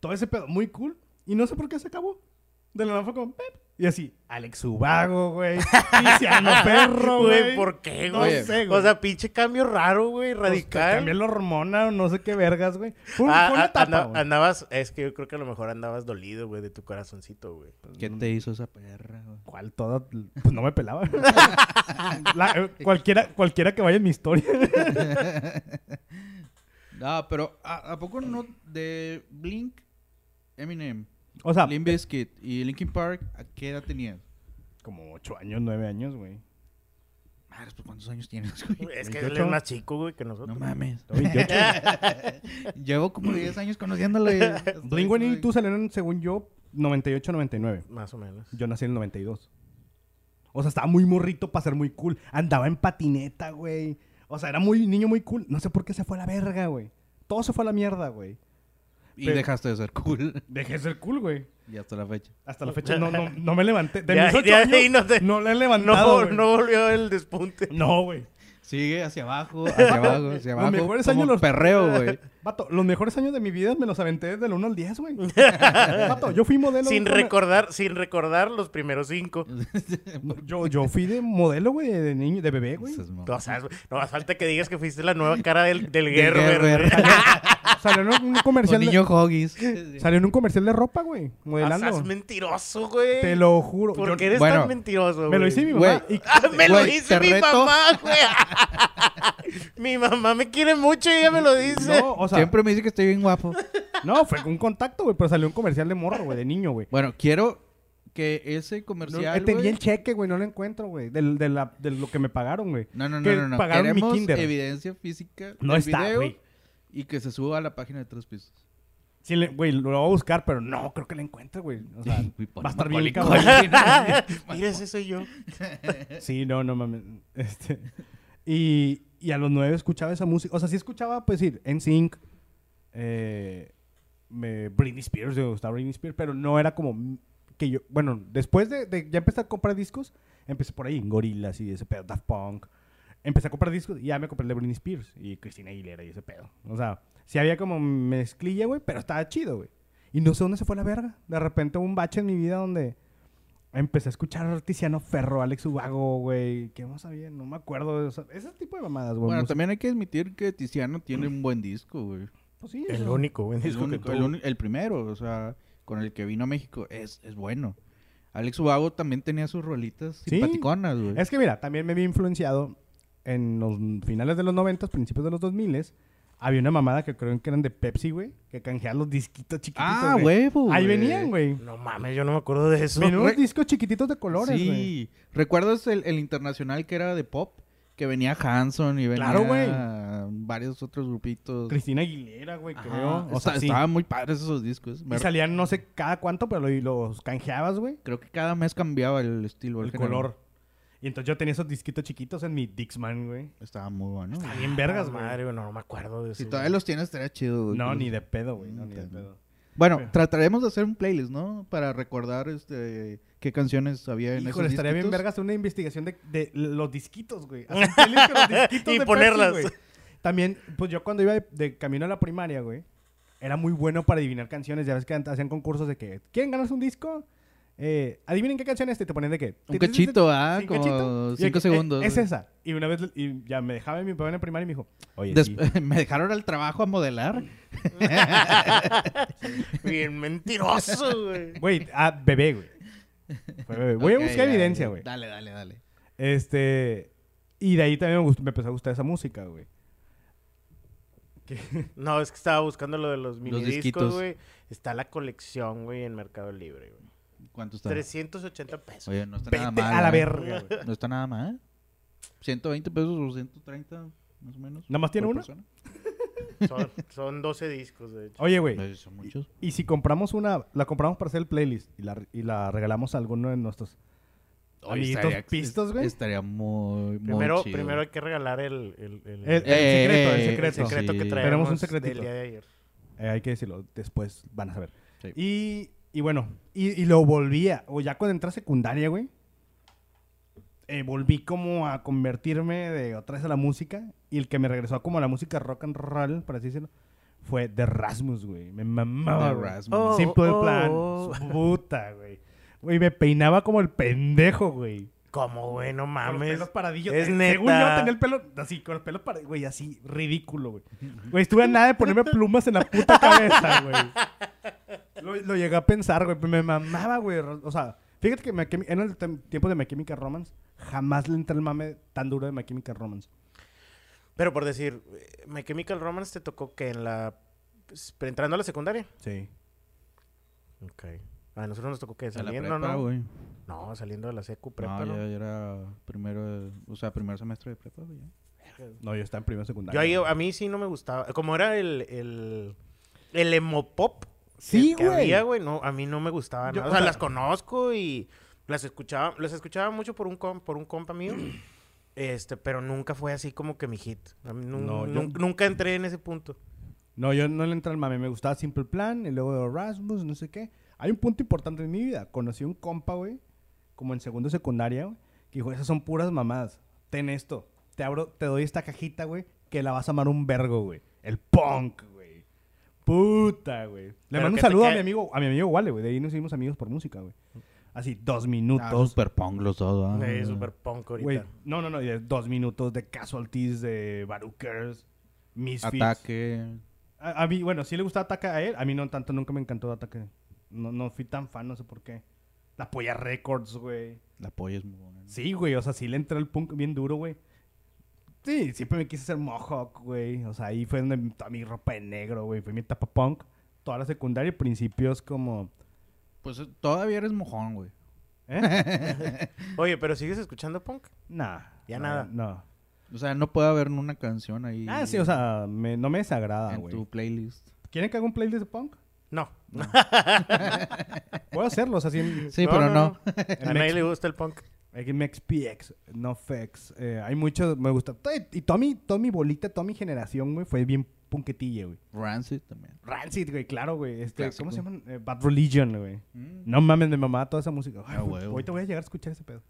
Todo ese pedo muy cool. Y no sé por qué se acabó. De la nada fue como, pep. Y así, Alex Ubago, güey, Tiziano Perro, güey.
¿por qué,
No
güey?
sé, güey. Pues,
o sea, pinche cambio raro, güey, radical.
Cambié la hormona o no sé qué vergas, güey. Fue,
Ah,
fue una
ah,
etapa,
anda-
güey.
andabas, es que yo creo que a lo mejor andabas dolido, güey, de tu corazoncito, güey.
¿Qué te hizo esa perra? güey?
¿Cuál? Todo, pues no me pelaba. La- eh, cualquiera, cualquiera que vaya en mi historia.
No, pero ¿a, a poco no de Blink, Eminem,
O sea,
Limp Bizkit y Linkin Park, a qué edad tenías?
como ocho años, nueve años, güey.
Madre, pues ¿cuántos años tienes, güey?
Es que él es
28.
más chico, güey, que nosotros.
No mames.
Tengo 28.
Llevo como 10 años conociéndole.
Blink One y tú salieron, según yo, 98, 99.
Más o menos.
Yo nací en el 92. O sea, estaba muy morrito para ser muy cool. Andaba en patineta, güey. O sea, era muy niño muy cool. No sé por qué se fue a la verga, güey. Todo se fue a la mierda, güey.
Y dejaste de ser cool.
Dejé de ser cool, güey.
Y hasta la fecha.
Hasta la fecha no, no, no me levanté. De
Ya-
mis ocho
ya
años,
de ahí
no,
no te-
le he
No,
levantado, güey.
no volvió el despunte.
No, güey.
Sigue hacia abajo, hacia abajo, hacia
Los
abajo.
mejores
como
años los-
perreo, güey.
Vato, los mejores años de mi vida me los aventé del 1 al 10, güey. Vato, yo fui modelo.
Sin
con-
recordar, sin recordar los primeros cinco.
Yo, yo fui de modelo, güey, de niño, de bebé, güey.
Esas mamadas.
No, o sea, no hace falta que digas que fuiste la nueva cara del, del
De
Gerber.
Gerber.
güey.
Salió en un
Con
comercial.
niño
De,
Hoggies.
salió en un comercial de ropa, güey.
O sea, es
Modelando.
mentiroso, güey.
Te lo juro.
¿Por
Yo-
qué eres
Bueno,
tan mentiroso, güey?
me lo hice mi mamá.
Güey.
y-
Ah, me lo
Güey,
dice
te
mi
reto.
mamá, güey. mi mamá me quiere mucho y ella me lo dice.
no, o sea,
Siempre me dice que estoy bien guapo.
no, fue un contacto, güey, pero salió un comercial de morro, güey, de niño, güey.
Bueno, quiero que ese
No, eh,
comercial.
tenía
güey-
el cheque, güey, no lo encuentro, güey, del- de, la- de lo que me pagaron, güey.
No, no, no,
que
no, no.
pagaron mi
Queremos
kinder.
evidencia física
No
del
está,
video
güey.
y que se suba a la página de tres pisos.
Sí, le- güey, lo voy a buscar, pero no, creo que lo encuentro, güey. O sea,
Güey, pon
va a estar
Macaulay
bien, cabrón.
Mira, ese soy yo.
Sí, no, no mames. Este, y, y a los nueve escuchaba esa música. O sea, sí escuchaba, pues sí, NSYNC, eh, me, Britney Spears, me gustaba Britney Spears, pero no era como m- que yo... Bueno, después de, de ya empezar a comprar discos, empecé por ahí, en Gorillaz y ese pedo, Daft Punk. Empecé a comprar discos y ya me compré el de Britney Spears y Christina Aguilera y ese pedo. O sea, sí había como mezclilla, güey, pero estaba chido, güey. Y no sé dónde se fue la verga. De repente hubo un bache en mi vida donde... Empecé a escuchar a Tiziano Ferro, Alex Ubago, güey. ¿Qué más había? No me acuerdo. o sea, ese tipo de mamadas, güey.
Bueno,
Mus-
también hay que admitir que Tiziano tiene un buen disco, güey.
pues sí,
El
eso.
único, güey.
El, único- el uni- el primero, o sea, con el que vino a México, es, es bueno. Alex Ubago también tenía sus rolitas
Sí.
simpaticonas, güey.
Es que mira, también me vi influenciado en los finales de los 90, principios de los 2000. Había una mamada que creo que eran de Pepsi, güey. Que canjeaban los disquitos chiquititos.
Ah,
güey.
huevo,
Ahí
güey.
venían, güey.
No mames, yo no me acuerdo de eso.
Venían unos
re-
discos chiquititos de colores, güey.
Sí. ¿Recuerdas el, el internacional que era de pop? que venía Hanson y venía
Claro, güey.
varios otros grupitos.
Cristina Aguilera, güey,
Ajá,
creo. O
esta-
sea, sí.
Estaban muy padres esos discos. Me-
Y salían no sé cada cuánto, pero lo- y los canjeabas, güey.
Creo que cada mes cambiaba el estilo,
El
género.
color. Y entonces yo tenía esos disquitos chiquitos en mi Dixman, güey.
Estaba muy bueno.
Está bien vergas,
Ah,
güey.
madre, güey, no, no me acuerdo de eso.
Si
güey.
todavía los tienes, estaría chido. güey.
No, ni de pedo, güey. No, ni de
Neta.
pedo.
Bueno,
Pero-
trataremos de hacer un playlist, ¿no? Para recordar este qué canciones había en
Híjole,
esos
estaría bien
disquitos.
vergas hacer una investigación de, de los disquitos, güey. Hacer playlist con los disquitos
Y
de Pepsi,
ponerlas.
güey. También, pues yo cuando iba de, de camino a la primaria, güey, era muy bueno para adivinar canciones. Ya ves que antes hacían concursos de que, ¿quieren ganarse un disco? Eh, adivinen qué canción es, y te ponían de qué.
Un cachito, ah,
Sí,
como
cachito. Y de
cinco
que, eh,
segundos.
Es
güey.
esa. Y una vez y ya me dejaba mi papá en la primaria y me dijo, oye,
Des-
sí,
Me dejaron al trabajo a modelar.
Bien mentiroso, güey.
güey, ah, bebé, güey. Fue bebé. Voy
Ok,
a buscar
ya,
evidencia,
ya.
güey.
Dale, dale, dale.
Este. Y de ahí también me, gustó- me empezó a gustar esa música, güey.
No, es que estaba buscando lo de los minidiscos,
disquitos.
güey. Está la colección, güey, en Mercado Libre, güey.
¿Cuánto está?
380 pesos.
Oye, no está
Vete
nada mal.
a la
¿eh?
verga, güey.
No está nada mal. 120 pesos o 130, más o menos.
¿Nada más tiene
por
una?
persona.
Son, son 12 discos, de hecho.
Oye, güey.
Pues Son muchos.
Y si compramos una, la compramos para hacer el playlist y la, y la regalamos a alguno de nuestros
Oye,
amiguitos
estaría-
pistos, güey.
Estaría muy, muy
Primero,
chido.
primero hay que regalar el, el, el,
El-
el
Eh, secreto, el
eh,
secreto.
sí.
secreto que
Tenemos
traemos
un secretito.
del día de ayer.
Eh, hay que decirlo, después van a saber.
Sí.
Y, y bueno, y, y lo volvía, o ya cuando entré a secundaria, güey, eh, volví como a convertirme de otra vez a la música y el que me regresó como a la música rock and roll, por así decirlo, fue The Rasmus, güey. Me mamaba.
De
güey.
Rasmus.
Oh.
Simple Plan.
oh.
Su Puta, güey. Güey, me peinaba como el pendejo, güey.
¿Cómo, güey? No
Con los
mames.
pelos paradillos.
Es
Eh,
neta.
Según yo tenía el pelo así, con los pelos paradillos, güey, así, ridículo, güey. Güey, estuve a nada de ponerme plumas en la puta cabeza, güey. Lo, lo llegué a pensar, güey, pero me mamaba, güey. O sea, fíjate que My Chemi- en el tem- tiempo de My Chemical Romance, jamás le entré el mame tan duro de My Chemical Romance.
Pero por decir, eh, My Chemical Romance te tocó que en la... pues, Entrando a la secundaria.
Sí.
Ok. A nosotros nos tocó que
A la
saliendo,
prepa,
¿no?
güey.
No, saliendo de la secu,
No,
prepa,
yo,
¿no?
yo era primero, de- o sea, primer semestre de prepa, güey. ya.
No, yo estaba en primero secundaria.
Yo ahí, a mí sí no me gustaba. Como era el, el, el emo pop.
Sí,
que- que
güey.
había, güey, no, a mí no me gustaba
Yo-
nada. O
o
sea,
sea-
las conozco y las escuchaba, las escuchaba mucho por un, com- por un compa mío. Este, pero nunca fue así como que mi hit. A mí nun-
No, yo-
nun- Nunca entré en ese punto.
No, yo no le entré al mame. Me gustaba Simple Plan y luego Rasmus, no sé qué. Hay un punto importante en mi vida. Conocí a un compa, güey, como en segundo de secundaria, güey, que dijo, esas son puras mamadas. Ten esto. Te abro, te doy esta cajita, güey, que la vas a amar un vergo, güey. El punk, güey. Puta, güey. Le
Pero
mando un
que te
saludo a
quede-
mi amigo, a mi amigo Wale, güey. De ahí nos hicimos amigos por música, güey. Así, dos minutos.
Ah, super punk los dos, ah,
Eh,
güey.
super punk ahorita.
Güey, no, no, no. y de Dos minutos de casualties, de baruckers, misfits.
Ataque.
A, a mí, bueno, sí le gustaba Ataque a él. A mí no tanto, nunca me encantó Ataque. No, no fui tan fan, no sé por qué. La Polla Records, güey.
La polla es muy buena. ¿no?
Sí, güey, o sea, sí le entró el punk bien duro, güey. Sí, siempre me quise ser mohawk, güey. O sea, ahí fue donde m- toda mi ropa de negro, güey. Fue mi etapa punk. Toda la secundaria y principios como...
Pues eh, todavía eres mojón, güey.
¿Eh?
Oye, pero sigues escuchando punk.
nah.
Ya
no,
nada.
No.
O sea, no puede haber una canción ahí.
Ah, sí, o sea, me- no me desagrada,
en
Ah, güey.
tu playlist.
¿Quieren que haga un playlist de punk?
No.
Puedo hacerlo, o sea, sin...
Sí, pero no.
A nadie le gusta el punk.
MXPX, NoFX. Eh, hay muchos, me gusta. Ay, Y Tommy, Tommy Bolita, Tommy Generación, güey, fue bien punketilla, güey.
Rancid también.
Rancid, güey, claro, güey. Este,
Clásico.
¿Cómo se llaman? Eh, Bad Religion, güey.
Mm.
No mames, me mamá toda esa música. Ay,
Ah,
güey,
huevo.
ahorita voy a llegar a escuchar ese pedo.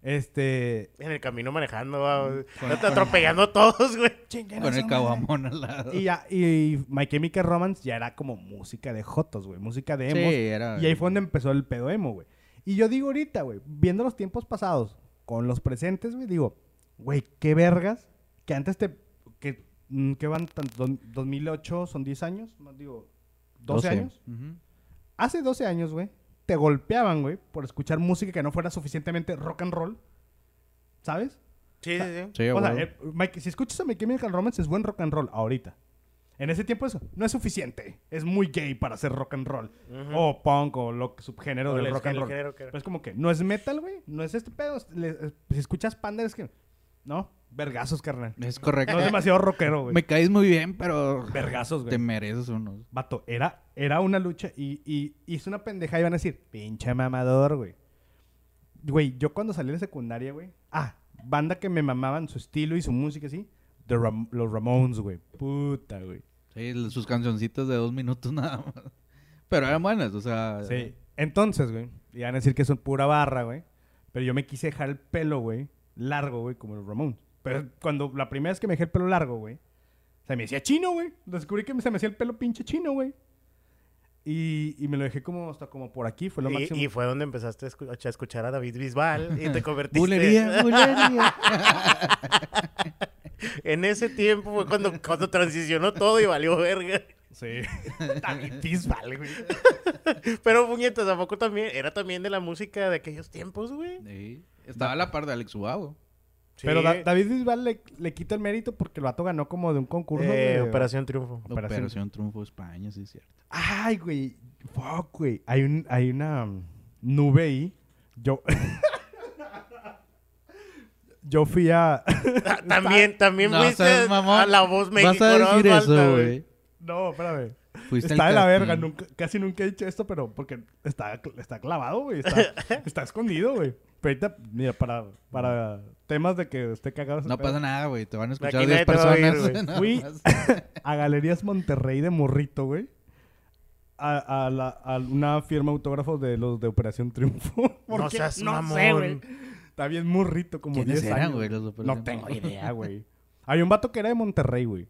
Este.
En el camino manejando, va, güey.
Con-
Te atropellando a todos, güey.
Con el caguamón al lado.
Y, ya, y My Chemical Romance ya era como música de Jotos, güey. Música de
Sí,
emos.
era-
Y ahí fue donde empezó el pedo emo, güey. Y yo digo ahorita, güey, viendo los tiempos pasados con los presentes, güey, digo, güey, qué vergas que antes te... que, mm, ¿qué van tan- don- 2008 son 10 años, más digo, 12, años.
Ujú.
Hace 12 años, güey, te golpeaban, güey, por escuchar música que no fuera suficientemente rock and roll, ¿sabes?
Sí, sí, sí.
Sí,
o sea,
güey.
eh, Mike, si escuchas a My Chemical Romance es buen rock and roll ahorita. En ese tiempo eso no es suficiente. Es muy gay para ser rock and roll.
Ujú.
O punk o lo que- subgénero
O
del
el
rock and
género
roll.
que era.
Pero es como que no es metal, güey. No es este pedo. es- le- es- si escuchas Panda es que... No, Vergazos, carnal.
Es
No
correcto.
es demasiado rockero, güey.
Me caes muy bien, pero
Vergazos, güey.
te mereces unos.
Vato, era, era una lucha y, y hizo una pendeja y van a decir, pinche mamador, güey. Güey, yo cuando salí de secundaria, güey. Ah, banda que me mamaban su estilo y su música así. The Ram- los Ramones, güey. Puta, güey.
Sí, l- sus cancioncitas de dos minutos nada más. Pero eran buenas, o sea.
Sí. Entonces, güey, y van a decir que son pura barra, güey. Pero yo me quise dejar el pelo, güey, largo, güey, como los Ramones. Pero cuando la primera vez que me dejé el pelo largo, güey, se me hacía chino, güey. Descubrí que se me hacía el pelo pinche chino, güey. Y, y me lo dejé como hasta como por aquí, fue lo
Y,
máximo.
y fue donde empezaste a escu- a escuchar a David Bisbal y te convertiste.
Bulería, bulería.
En ese tiempo fue cuando, cuando transicionó todo y valió verga.
Sí. David Bisbal, güey.
Pero puñetas, ¿a poco también? Era también de la música de aquellos tiempos, güey.
Sí. Estaba a la par de Alex Ubago.
Sí.
Pero Da- David Bisbal le, le quita el mérito porque el vato ganó como de un concurso.
Eh,
güey.
Operación Triunfo.
Operación.
Operación, Triunfo España, sí, es cierto.
Ay, güey. Fuck, güey. Hay, un, hay una um, nube ahí. Yo. Yo fui a.
Ta- También, también
No
fuiste
seas mamón.
a la voz
Vas
México. no
a decir
hace falta,
eso, güey.
No, espérame.
Fuiste
está
al Mm.
de la verga.
casting.
Nunca, casi nunca he dicho esto, pero porque está, está clavado, güey. Está, está escondido, güey. Pero ahorita, mira, para, para temas de que esté cagado. ese
No
pedo.
pasa nada, güey. Te van a escuchar
Aquí nadie
10
te va a oír,
personas.
güey.
nada
Fui
más.
a Galerías Monterrey de Morrito, güey. A, a la- a una firma de autógrafos de los de Operación Triunfo. ¿Por
No
qué?
seas mamón.
Está bien morrito, como
¿Quiénes
10
eran,
años.
güey, los de
no
Operación
tengo idea, güey. Había un vato que era de Monterrey, güey.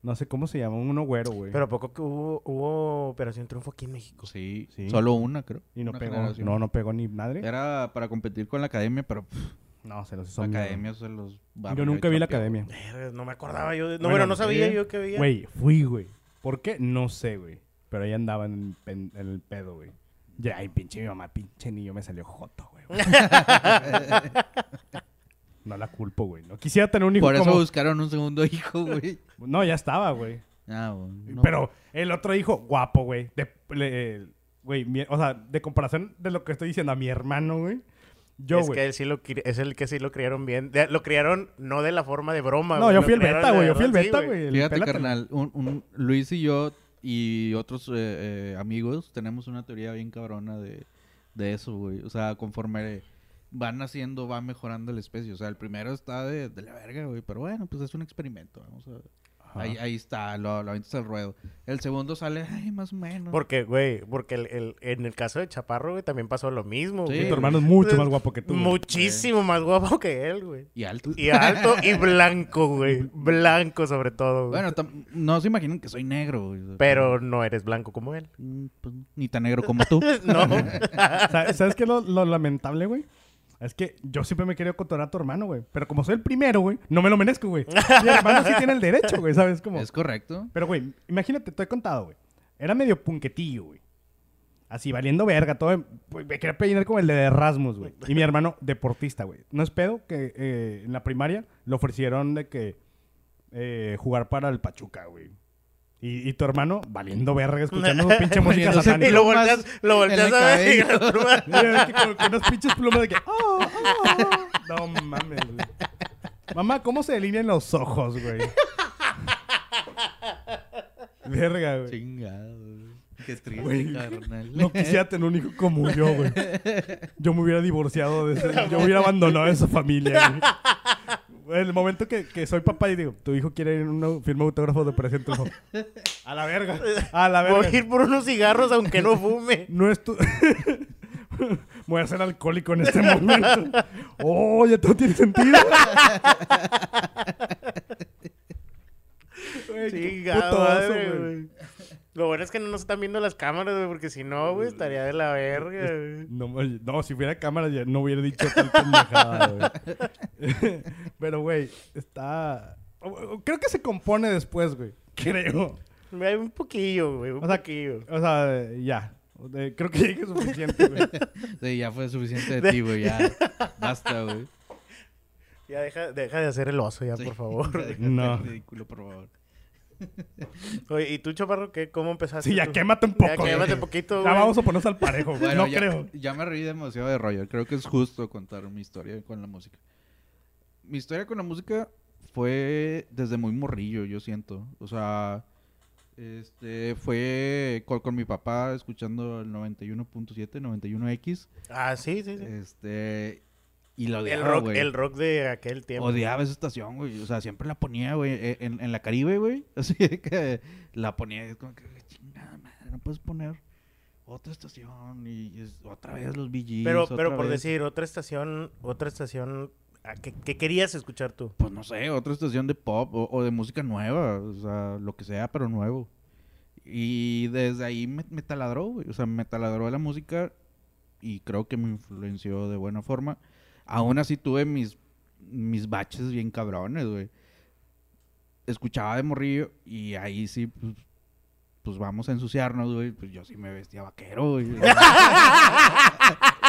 No sé cómo se llama, uno güero, güey.
Pero ¿a poco que hubo, hubo Operación Triunfo aquí en México?
Sí,
Sí.
solo una, creo.
y no
Una
pegó,
generación.
no, no pegó ni madre.
Era para competir con la academia, pero pff,
No, se los hizo
la
mierda.
academia se los barrió
Yo nunca vi la
chapeó.
academia.
Verga, No me acordaba yo. de- No,
Bueno,
bueno, no sabía
sí.
yo que había.
Güey, fui, güey. ¿Por qué? No sé, güey. Pero ahí andaba en, en- en el pedo, güey. Ya, ay, pinche mi mamá, pinche niño, me salió joto, güey. no la culpo, güey. No quisiera tener un hijo
Por eso
como...
buscaron un segundo hijo, güey.
No, ya estaba, güey.
Ah, bueno, no.
Pero el otro hijo, guapo, güey. De- le- Güey, mi- o sea, de comparación de lo que estoy diciendo a mi hermano, güey. Yo,
es
güey.
que él sí lo cri- es el que sí lo criaron bien. De- lo criaron no de la forma de broma.
No,
güey,
yo
lo
fui el
criaron
beta,
de
güey. Yo
verdad,
fui el
sí,
beta,
güey.
güey. el
Fíjate,
pélatelo.
carnal, un, un- Luis y yo y otros eh, eh, amigos tenemos una teoría bien cabrona de, de eso, güey. O sea, conforme van haciendo, va mejorando la especie. O sea, el primero está de, de la verga, güey. Pero bueno, pues es un experimento. Vamos a
Ajá.
Ahí, ahí está, lo, lo avientas al ruedo. El segundo sale, ay, más o menos.
Porque, güey, porque el- el- en el caso de Chaparro, güey, también pasó lo mismo.
Sí,
Y
güey.
tu hermano es mucho más guapo que tú. güey.
Muchísimo más guapo que él, güey.
Y alto.
Y alto y blanco, güey. Blanco sobre todo, güey.
Bueno, tam- no se imaginan que soy negro, güey.
Pero no eres blanco como él.
Mm, pues, ni tan negro como tú.
No.
Sa- ¿Sabes qué es lo, lo lamentable, güey? Es que yo siempre me he querido cotorar a tu hermano, güey. Pero como soy el primero, güey, no me lo merezco, güey. Mi hermano sí tiene el derecho, güey, ¿sabes cómo?
es correcto.
Pero, güey, imagínate, te he contado, güey. Era medio punquetillo, güey. Así, valiendo verga, todo. pues, Me quería peinar como el de Erasmus, güey. Y mi hermano, deportista, güey. No es pedo que eh, en la primaria le ofrecieron de que eh, jugar para el Pachuca, güey. Y, y tu hermano, valiendo verga, escuchando pinche música
Poniéndose
satánica.
y lo volteas, lo
En el
volteas a ver. y-
cabello.
Mira, que con, con unas pinches plumas de que. "Oh, oh". No mames, güey. Mamá, ¿cómo se delinean los ojos, güey? Verga, güey.
Chingado. güey. Qué triste,
Güey,
carnal.
No quisiera tener un hijo como yo, güey. Yo me hubiera divorciado de ese- Yo hubiera abandonado a esa familia, güey. En el momento que, que soy papá y digo, tu hijo quiere ir a una firma de autógrafo de operación Triunfo". A la verga. A la
Voy
verga.
a ir por unos cigarros aunque no fume.
No es tu... Voy a ser alcohólico en este momento. Oh, ya todo tiene sentido. Güey, qué
Chingado,
putazo,
madre,
güey.
güey. Lo bueno es que no nos están viendo las cámaras, güey, porque si no, güey, estaría de la verga, güey.
No, oye, no, si hubiera cámara ya no hubiera dicho tal pendejada, güey. Pero, güey, está... Creo que se compone después, güey. Creo.
Hay un poquillo, güey, un
O sea,
poquillo.
O sea, ya. Eh, Creo que ya dije suficiente, güey.
Sí, ya fue suficiente de ti, güey. Ya. Basta, güey.
Ya deja, deja de hacer el oso, ya,
Sí.
por favor.
Ya deja
No.
de ser ridículo, por favor.
Oye, ¿y tú, Chaparro, qué? ¿Cómo empezaste?
Sí, ya
tú?
quémate un
Ya
poco, güey.
quémate
Ya
poquito, güey.
vamos a ponernos al parejo, güey.
Bueno,
no
ya,
creo.
ya me reí demasiado de Roger. Creo que es justo contar mi historia con la música. mi historia con la música fue desde muy morrillo, yo siento. O sea, este fue con, con mi papá escuchando el 91.7, 91X.
Ah, sí, sí, sí.
Este, y lo
el,
odiaba,
rock,
güey.
el rock de aquel tiempo.
Odiaba esa estación, güey. O sea, siempre la ponía, güey, e- en, en la Caribe, güey. Así de que la ponía y es como que, chingada madre, no puedes poner otra estación y es- otra vez los BGs.
Pero, pero por decir, otra estación, otra estación, ¿a qué, qué querías escuchar tú?
Pues no sé, otra estación de pop o, o de música nueva, o sea, lo que sea, pero nuevo. Y desde ahí me, me taladró, güey. O sea, me taladró la música y creo que me influenció de buena forma. Aún así tuve mis, mis baches bien cabrones, güey. Escuchaba de morrillo y ahí sí, pues, pues vamos a ensuciarnos, güey. Pues yo sí me vestía vaquero, güey.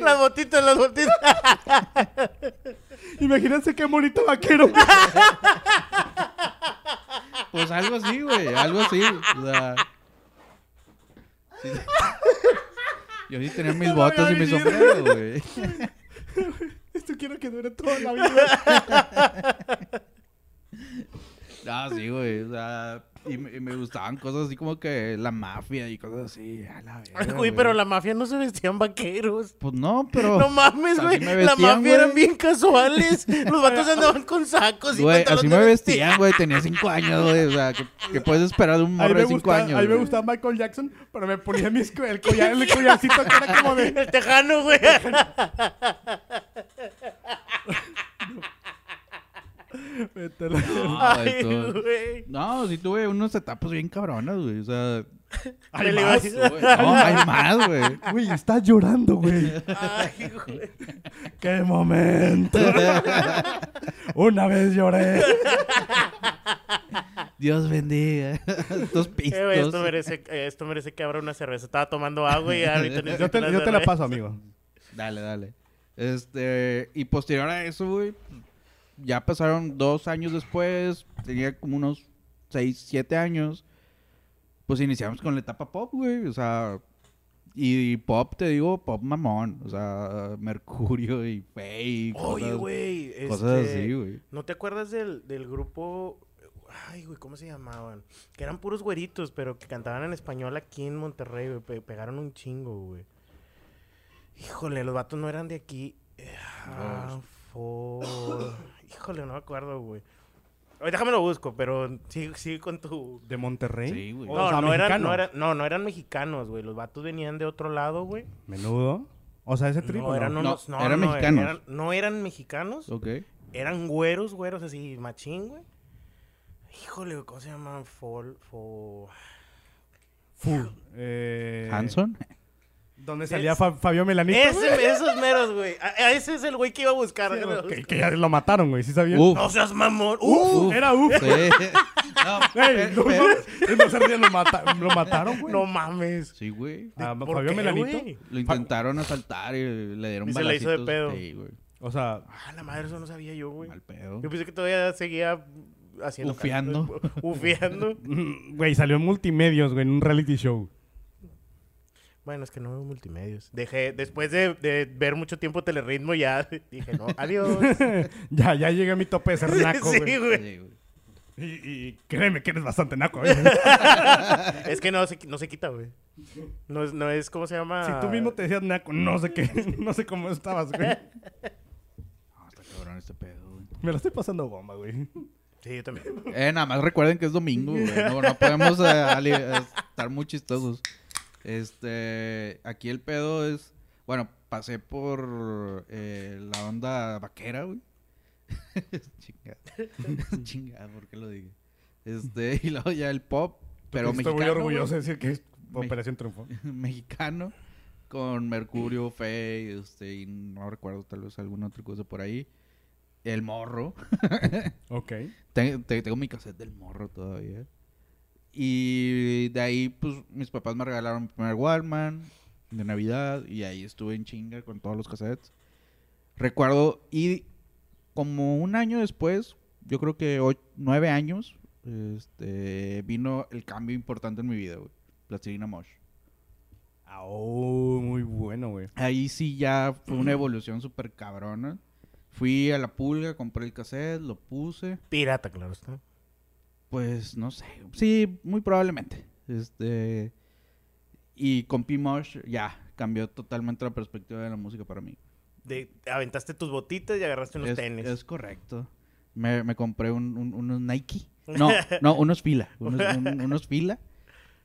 las botitas, las botitas.
Imagínense qué bonito vaquero.
Pues algo así, güey. Algo así. O sea. sí. Yo sí tenía mis botas y mis sombreros, güey.
Esto quiero que dure toda la vida.
Ah, sí, güey. O sea. Y me, y me gustaban cosas así como que la mafia y cosas así. A la verga,
Güey, pero la mafia no se vestían vaqueros.
Pues no, pero.
No mames,
así
güey.
me
la
vestían,
mafia
güey.
eran bien casuales. Los vatos andaban con sacos y
Güey,
pantalón
así
de
me
vestir.
vestían, güey. Tenía cinco años, güey. O sea, ¿qué, qué puedes esperar de un
A mí
morro
me
de cinco
gusta,
años?
a mí me
güey?
gustaba Michael Jackson, pero me ponía mis, co- el, collar, el collarcito que era como de...
El tejano, güey.
Vete a la-
No,
Ay,
esto-
güey.
no, sí tuve unos etapas bien cabronas, güey. O sea.
Hay
Me
más,
le iba a-
güey, No, hay más, güey.
Güey, estás llorando, güey.
Ay, güey.
¡Qué momento! Una vez lloré.
Dios bendiga. Dos pistos.
Eh, güey, esto, merece, eh, esto merece que abra una cerveza. Estaba tomando agua y ahorita
Yo
necesito
te,
una
yo te la
cerveza.
paso, amigo.
Dale, dale. Este, y posterior a eso, güey, ya pasaron dos años después, tenía como unos seis, siete años, pues iniciamos con la etapa pop, güey, o sea, y, pop, te digo, pop mamón, o sea, Mercurio y Fey.
Oye,
cosas-
güey.
Cosas
este,
así, güey.
¿No te acuerdas del, del grupo? Ay, güey, ¿cómo se llamaban? Que eran puros güeritos, pero que cantaban en español aquí en Monterrey, güey. pe- pegaron un chingo, güey. Híjole, los vatos no eran de aquí. Eh, ah, for- Híjole, no me acuerdo, güey. Oye, déjame lo busco, pero sigue, sigue con tu...
¿De Monterrey?
Sí, güey.
O
No,
sea,
no, eran, no,
mexicano.
eran, no, no eran mexicanos, güey. Los vatos venían de otro lado, güey.
Menudo. O sea, ese trigo.
No, eran
No,
unos... No,
eran
no,
mexicanos.
eran- no eran mexicanos.
Ok.
Eh,
Eran güeros, güeros, así, machín, güey. Híjole, güey, ¿cómo se llaman? Fol, fo...
Eh,
Hanson.
Donde salía Fa- Fabio Melanito. güey.
Ese- esos meros, güey. A, a ese es el güey que iba a buscar. déjame buscar.
Que, que ya lo mataron, güey. ¿Sí sabían?
Uf.
No seas mamón. Uf.
Uf,
Uf.
era uf.
Sí. No,
Ey, no,
pe-
mames. no sabía, lo, mata- lo mataron, güey.
No mames.
sí, güey.
A
¿Por
Ah, Fabio
qué,
Melanito.
güey?
Lo intentaron asaltar y le dieron
Y se la hizo de
balacitos.
pedo.
Sí, güey.
O sea,
Ah, la madre, eso no sabía yo, güey.
Mal pedo.
Yo pensé que todavía seguía haciendo...
Ufeando.
ca- Ufeando.
mm, güey, salió en multimedios, güey, en un reality show.
bueno, es que no veo multimedios. Dejé, después de, de ver mucho tiempo Telerritmo, ya dije, no, adiós.
ya, ya llegué a mi tope de ser naco,
sí,
güey.
güey.
Sí, güey.
Y, y créeme que eres bastante naco, güey.
Es que no se, qui- no se quita, güey. No es, no es, ¿cómo se llama?
Si tú mismo te decías naco, no sé qué, no sé cómo estabas, güey.
No, está cabrón este pedo, güey.
Me lo estoy pasando bomba, güey.
Sí, yo también.
Eh, nada más recuerden que es domingo, güey. No, no podemos eh, ali- eh, estar muy chistosos. Este, aquí el pedo es, bueno, pasé por eh, la onda vaquera, güey. Chingada. Chingada, ¿por qué lo dije? Este, y luego ya el pop, pero
Estoy
mexicano.
muy
güey.
orgulloso de decir que es Operación Triunfo.
mexicano con Mercurio, Fey, este, y no recuerdo tal vez alguna otra cosa por ahí. El morro.
Ok.
Te- te- tengo mi cassette del morro todavía. Y de ahí, pues, mis papás me regalaron mi primer Walkman de Navidad. Y ahí estuve en chinga con todos los cassettes. Recuerdo, y como un año después, yo creo que ocho- nueve años, este, vino el cambio importante en mi vida, güey. Plastilina Mosh.
Ah, Oh, muy bueno, güey.
Ahí sí ya fue una evolución súper cabrona. Fui a la pulga, compré el cassette, lo puse.
Pirata, claro está.
Pues no sé. Sí, muy probablemente. Este. Y con P-Mosh ya cambió totalmente la perspectiva de la música para mí.
De, aventaste tus botitas y agarraste unos
es,
tenis.
es correcto. Me, me compré un- un- unos Nike. No, no, unos fila. Unos, un- unos fila.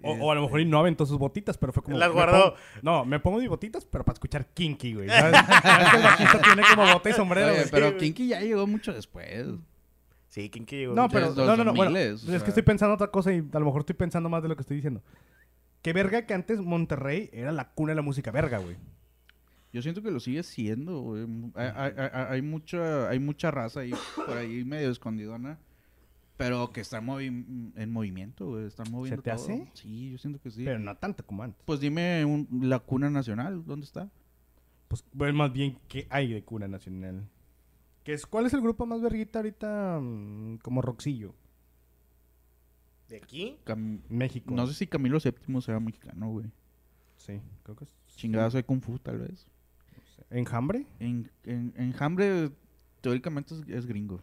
O, o
Este.
a lo mejor y no aventó sus botitas, pero fue como.
Las
me
guardó.
pongo- no, me pongo mis botitas, pero para escuchar Kinky, güey. ¿sabes? Es que el bajista tiene como bota y sombrero,
Oye,
güey.
pero Kinky ya llegó mucho después.
Sí, ¿quién que llegó?
No, pero.
desde
No, no, no.
los
bueno, pues
2000s,
es
o sea.
que estoy pensando otra cosa y a lo mejor estoy pensando más de lo que estoy diciendo. Qué verga que antes Monterrey era la cuna de la música verga, güey.
Yo siento que lo sigue siendo, güey. Hay, hay- hay- hay mucha, hay mucha raza ahí, por ahí medio escondidona. Pero que está movi- en movimiento, güey. Está moviendo
te
todo.
hace?
Sí, yo siento que sí.
Pero no tanto como antes.
Pues dime un- la cuna nacional, ¿dónde está?
Pues, pues, más bien, ¿qué hay de cuna nacional? ¿Qué es, ¿Cuál es el grupo más verguita ahorita mm, como Roxillo? pues,
¿De aquí?
Cam-
México.
No sé si Camilo VII sea mexicano, güey.
Sí, creo que es.
Chingada soy Kung Fu, tal vez.
¿Enjambre?
En, en, enjambre, teóricamente es, es gringo.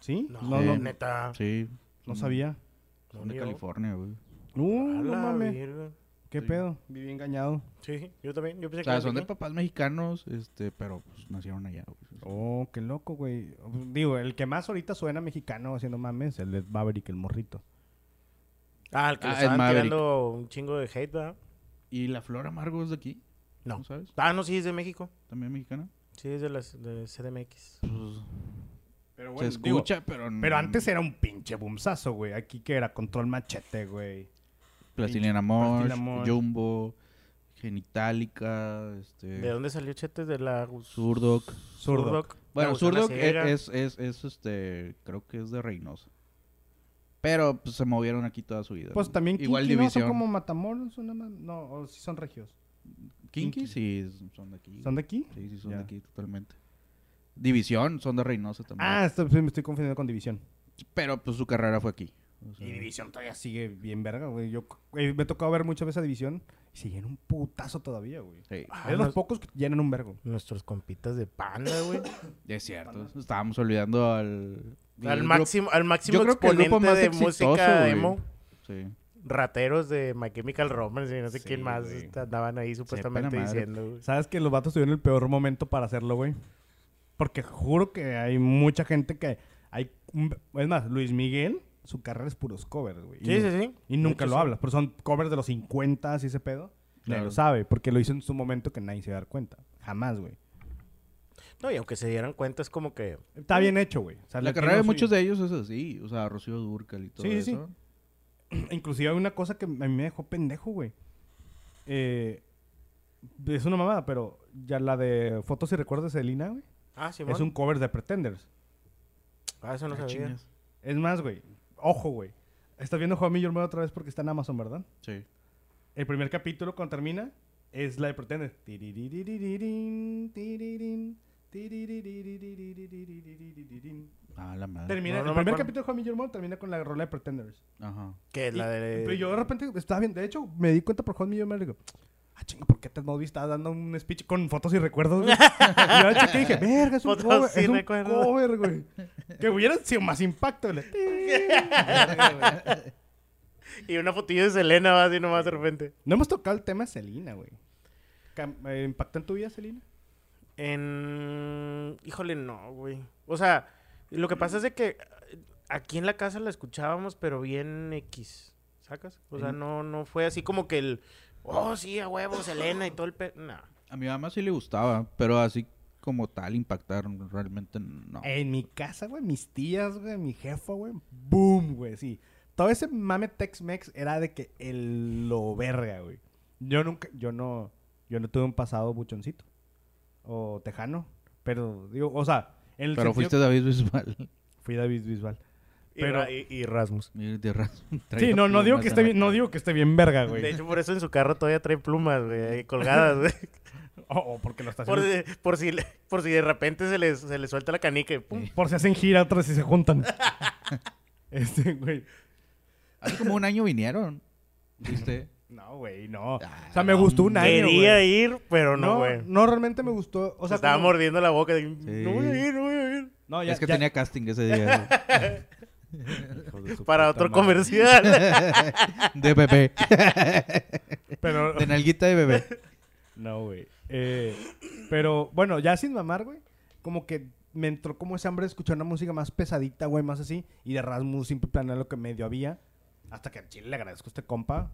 ¿Sí?
No,
No,
Sí.
no, no,
neta.
Sí. son-
sabía.
No,
Son de
ni yo.
California, güey.
Uh,
A
no
la
mames.
virgen.
¿Qué
Sí.
pedo? Viví engañado.
Sí, yo también. Yo pensé
O sea,
que
son de
aquí.
papás mexicanos, este, pero pues, nacieron allá, güey.
Oh, qué loco, güey. Digo, el que más ahorita suena mexicano haciendo mames es el de Maverick, el morrito.
Ah, el que
Ah,
le
es
estaban
Maverick.
tirando un chingo de hate, ¿verdad?
¿Y la flor amargo es de aquí?
No.
sabes?
Ah, no, sí, es de México.
¿También mexicana?
Sí, es de, las, de CDMX.
Pero
Pues, Se escucha, pero...
pero
no-
antes era un pinche bumsazo, güey. Aquí que era control machete, güey.
Plastilina Mosh,
Plastilina Mosh.
Jumbo, Genitalica,
¿De
este...
dónde salió Chetes? De la...
Zurdok.
Zurdo.
Bueno,
La Gusana
Zurdok
Ciega.
es, es, es, este... Creo que es de Reynosa. Pero pues, se movieron aquí toda su vida.
Pues
¿no?
también
Igual
Kinky, ¿no?
división.
Son como Matamoros, una ma- No, o sí son regios.
Kinky,
Kinky.
sí, son de aquí.
¿Son de aquí?
Sí, sí, son de
Ya.
aquí totalmente. División, son de Reynosa también.
Ah, esto- sí, me estoy confundiendo con División.
Pero pues su carrera fue aquí. O sea,
Y División todavía sigue bien verga, güey. Yo eh, me he tocado ver muchas veces a División y se llena un putazo todavía, güey.
sí,
Ah,
Es de los
nos-
pocos que llenan un vergo.
Nuestros compitas de panda, güey.
es cierto. Estábamos olvidando al...
al,
el
máximo, al máximo
Yo creo que el
exponente
grupo más
de
exitoso,
música
güey.
emo.
Sí.
Rateros de My Chemical Romance y no sé
Sí,
quién más
güey.
andaban ahí supuestamente
madre.
diciendo, güey.
¿Sabes que los vatos tuvieron el peor momento para hacerlo, güey? Porque juro que hay mucha gente que hay... un- Es más, Luis Miguel, su carrera es puros covers, güey.
Sí,
Y-
sí, sí.
Y
De
nunca
hecho,
lo
sí.
hablas, pero son covers de los 50 y ese pedo. Nadie
Claro.
lo sabe, porque lo hizo en su momento que nadie se va a dar cuenta. Jamás, güey.
No, y aunque se dieran cuenta, es como que.
Está bien hecho, güey. O sea,
La
le
carrera de
tiene su-
muchos de ellos es así, o sea, Rocío Durcal y todo
Sí, sí, sí.
eso.
Inclusive hay una cosa que a mí me dejó pendejo, güey. Eh, es una mamada, pero ya la de Fotos y Recuerdos de Selena, güey.
Ah, sí,
Es un cover de Pretenders.
Ah, eso no
Ah,
sabía.
chingas.
Es más, güey. Ojo, güey. Estás viendo Juan Miller otra vez porque está en Amazon, ¿verdad?
Sí.
El primer capítulo, cuando termina, es la de Pretenders. Tiririririn, tiririn, tiririririririririririn.
Ah, la madre.
Termina,
No, no
el
me
primer
acuerdo.
capítulo de Juan Miller termina con la rola de Pretenders.
Ajá.
Que es la
Y-
de.
Pero yo de repente estaba bien. De hecho, me di cuenta por Juan Millón. Me digo, ah, chinga, ¿por qué te Moby está dando un speech con fotos y recuerdos? güey?" y yo chequé y dije, verga, es un
Fotos
cover.
y
Es un
recuerdos.
cover, güey. Que hubiera sido más impacto. le-
Y una fotillo de Selena va así nomás de repente.
No hemos tocado el tema de Selena, güey. Cam- eh, ¿Impactó en tu vida, Selena?
En. Híjole, no, güey. O sea, lo que pasa es de que eh, aquí en la casa la escuchábamos, pero bien X. ¿Sacas? O sea, no, no fue así como que el. Oh, sí, a huevos, Selena y todo el pe. No.
A mi mamá sí le gustaba, pero así como tal impactar realmente no.
En mi casa, güey, mis tías, güey, mi jefa, güey. Boom, güey, sí. Todo ese mame Tex-Mex era de que el lo verga, güey. Yo nunca, yo no, yo no tuve un pasado buchoncito. O tejano. Pero, digo, o sea, en el sentido-
pero fuiste David Bisbal.
Fui David Bisbal.
Y
Pero-
Ra- y, y Rasmus.
Y de razón,
Sí,
traía
no, no digo
plumas
que
en
esté
la
bien, no
cara.
digo que esté bien verga,
De
güey.
hecho, por eso en su carro todavía trae plumas, güey, ahí colgadas, güey.
O o porque lo está
Por,
haciendo.
si- por si, le- por si de repente se le se les suelta la canica y pum.
Por, si hacen gira otras y se juntan. este, güey.
Hace como un año vinieron. ¿Viste?
No, güey, no.
Ah,
O sea, me gustó un año,
Quería
güey.
ir, pero no,
No,
güey.
no, realmente me gustó. O
Se
sea,
estaba
como-
mordiendo la boca. de, No
Sí.
voy a ir, no voy a ir.
No, ya,
Ah, es que
ya-
tenía casting ese día.
Hijo de su
Para
puta
otro
madre.
comercial.
De bebé.
Pero,
De nalguita de bebé.
no, güey. Eh, pero, bueno, ya sin mamar, güey. Como que me entró como ese hambre de escuchar una música más pesadita, güey, más así. Y de Rasmus siempre planeé lo que medio había. Hasta que al chile le agradezco a este compa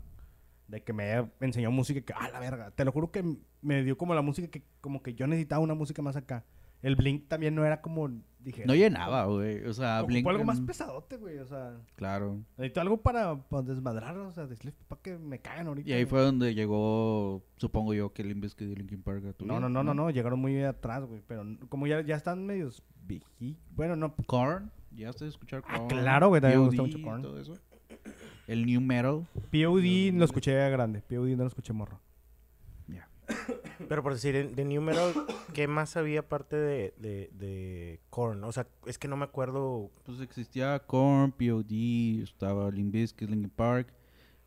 de que me haya enseñado música que, ah, la verga. Te lo juro que me dio como la música que, como que yo necesitaba una música más acá. El Blink también no era como, dije.
No llenaba, güey. O sea,
ocupó
Blink.
algo más
mm,
pesadote, güey, o sea.
Claro.
Necesito algo para, para desmadrar, o sea, decirles para que me cagan ahorita.
Y ahí
güey.
fue donde llegó, supongo yo, que Limp Bizkit y Linkin Park a tu
No,
vida,
no, no, no, no, llegaron muy atrás, güey. Pero n- como ya, ya están medios viejí. Bueno, no.
Korn, ya estoy escuchar Korn.
Ah, claro, güey, también me gusta
POD
mucho
y
Korn.
todo eso. El new metal.
POD no lo escuché a grande. POD no lo escuché morro.
Ya.
pero por decir, de- de New Metal, ¿qué más había aparte de, de, de Korn? O sea, es que no me acuerdo.
Pues existía Korn, POD, estaba Limp Bizkit, Linkin Park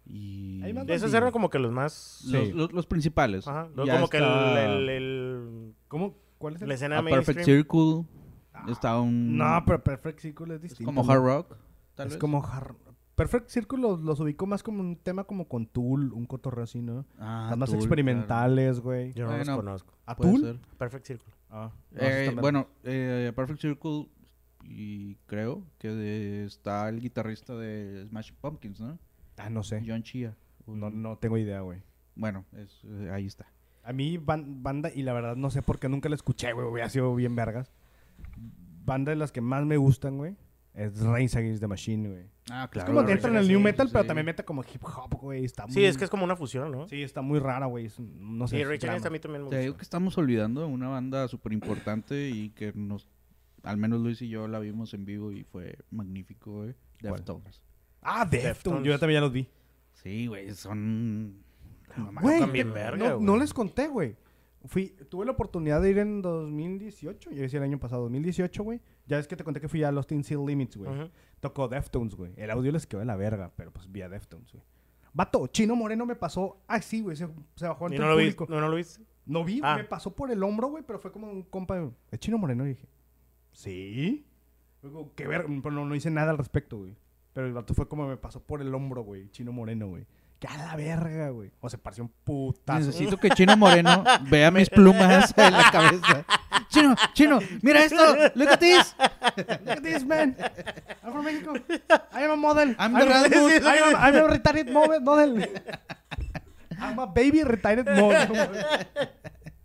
y
Hay más
De esos
bandidos.
eran como que los más.
los,
Sí.
los- los principales.
Ajá. Los-
Ya
como que el-
está
el- el-
¿Cómo? ¿Cuál es el?
la escena
A Perfect
mainstream.
Circle. Estaba un
Ah. No, pero Perfect Circle es
Mm. es
distinto.
como
güey.
hard rock. tal
Es
vez.
como hard. Perfect Circle los, los ubicó más como un tema como con Tool, un cotorreo así, ¿no?
Ah,
Están más
Tool,
experimentales, güey.
Yo no los
Bueno.
conozco.
¿A
claro. Puede
Tool?
ser.
Perfect Circle.
Ah, no,
Eh,
sí está mal.
bueno, eh, Perfect Circle y creo que de- está el guitarrista de Smash Pumpkins, ¿no?
Ah, no sé.
John Chia. Un-
No, no tengo idea, güey.
Bueno, es- eh, ahí está.
A mí ban- banda, y la verdad no sé por qué nunca la escuché, güey, hubiera sido bien vergas. Banda de las que más me gustan, güey, es Reigns Against the Machine, güey.
Ah,
es como dentro en el new
sí,
metal, pero también mete como hip hop, güey. Está muy,
Sí, es que es como una fusión, ¿no? Sí,
Sí, está muy rara, güey. es un- No sé. es
Rachel
drama.
Hayes a mí también me
Te digo
gusta.
que estamos olvidando de una banda súper importante y que nos... Al menos Luis y yo la vimos en vivo y fue magnífico, güey.
¿Cuál?
Deftones.
Ah, Deftones.
Deftones.
Yo ya también ya los vi.
Sí, güey, son... No mames,
Güey,
tocan bien
no-
verga,
no,
güey.
les conté, güey. Fui, tuve la oportunidad de ir en 2018, yo decía el año pasado, 2018, güey. Ya es que te conté que fui a Lost in Seal Limits, güey.
Ujú.
Tocó Deftones, güey. El audio les quedó de la verga, pero pues vía Deftones, güey. Vato, Chino Moreno me pasó así, güey. Se, se bajó
¿Y
ante
no
el
lo viste?
público.
¿No, no lo viste?
No vi,
Ah.
me pasó por el hombro, güey, pero fue como un compa. Es Chino Moreno, y dije. ¿Sí? Fue como, qué verga, pero no, no hice nada al respecto, güey. Pero el vato fue como me pasó por el hombro, güey. Chino Moreno, güey. Que a la verga, güey. O se pareció un putazo.
Necesito que Chino Moreno vea mis plumas en la cabeza. Chino, Chino, mira esto. Look at this.
Look at this, man. I'm from Mexico. I am a model.
I'm the Rasmus.
I am, I'm a retired mo- model. I'm a baby retired model.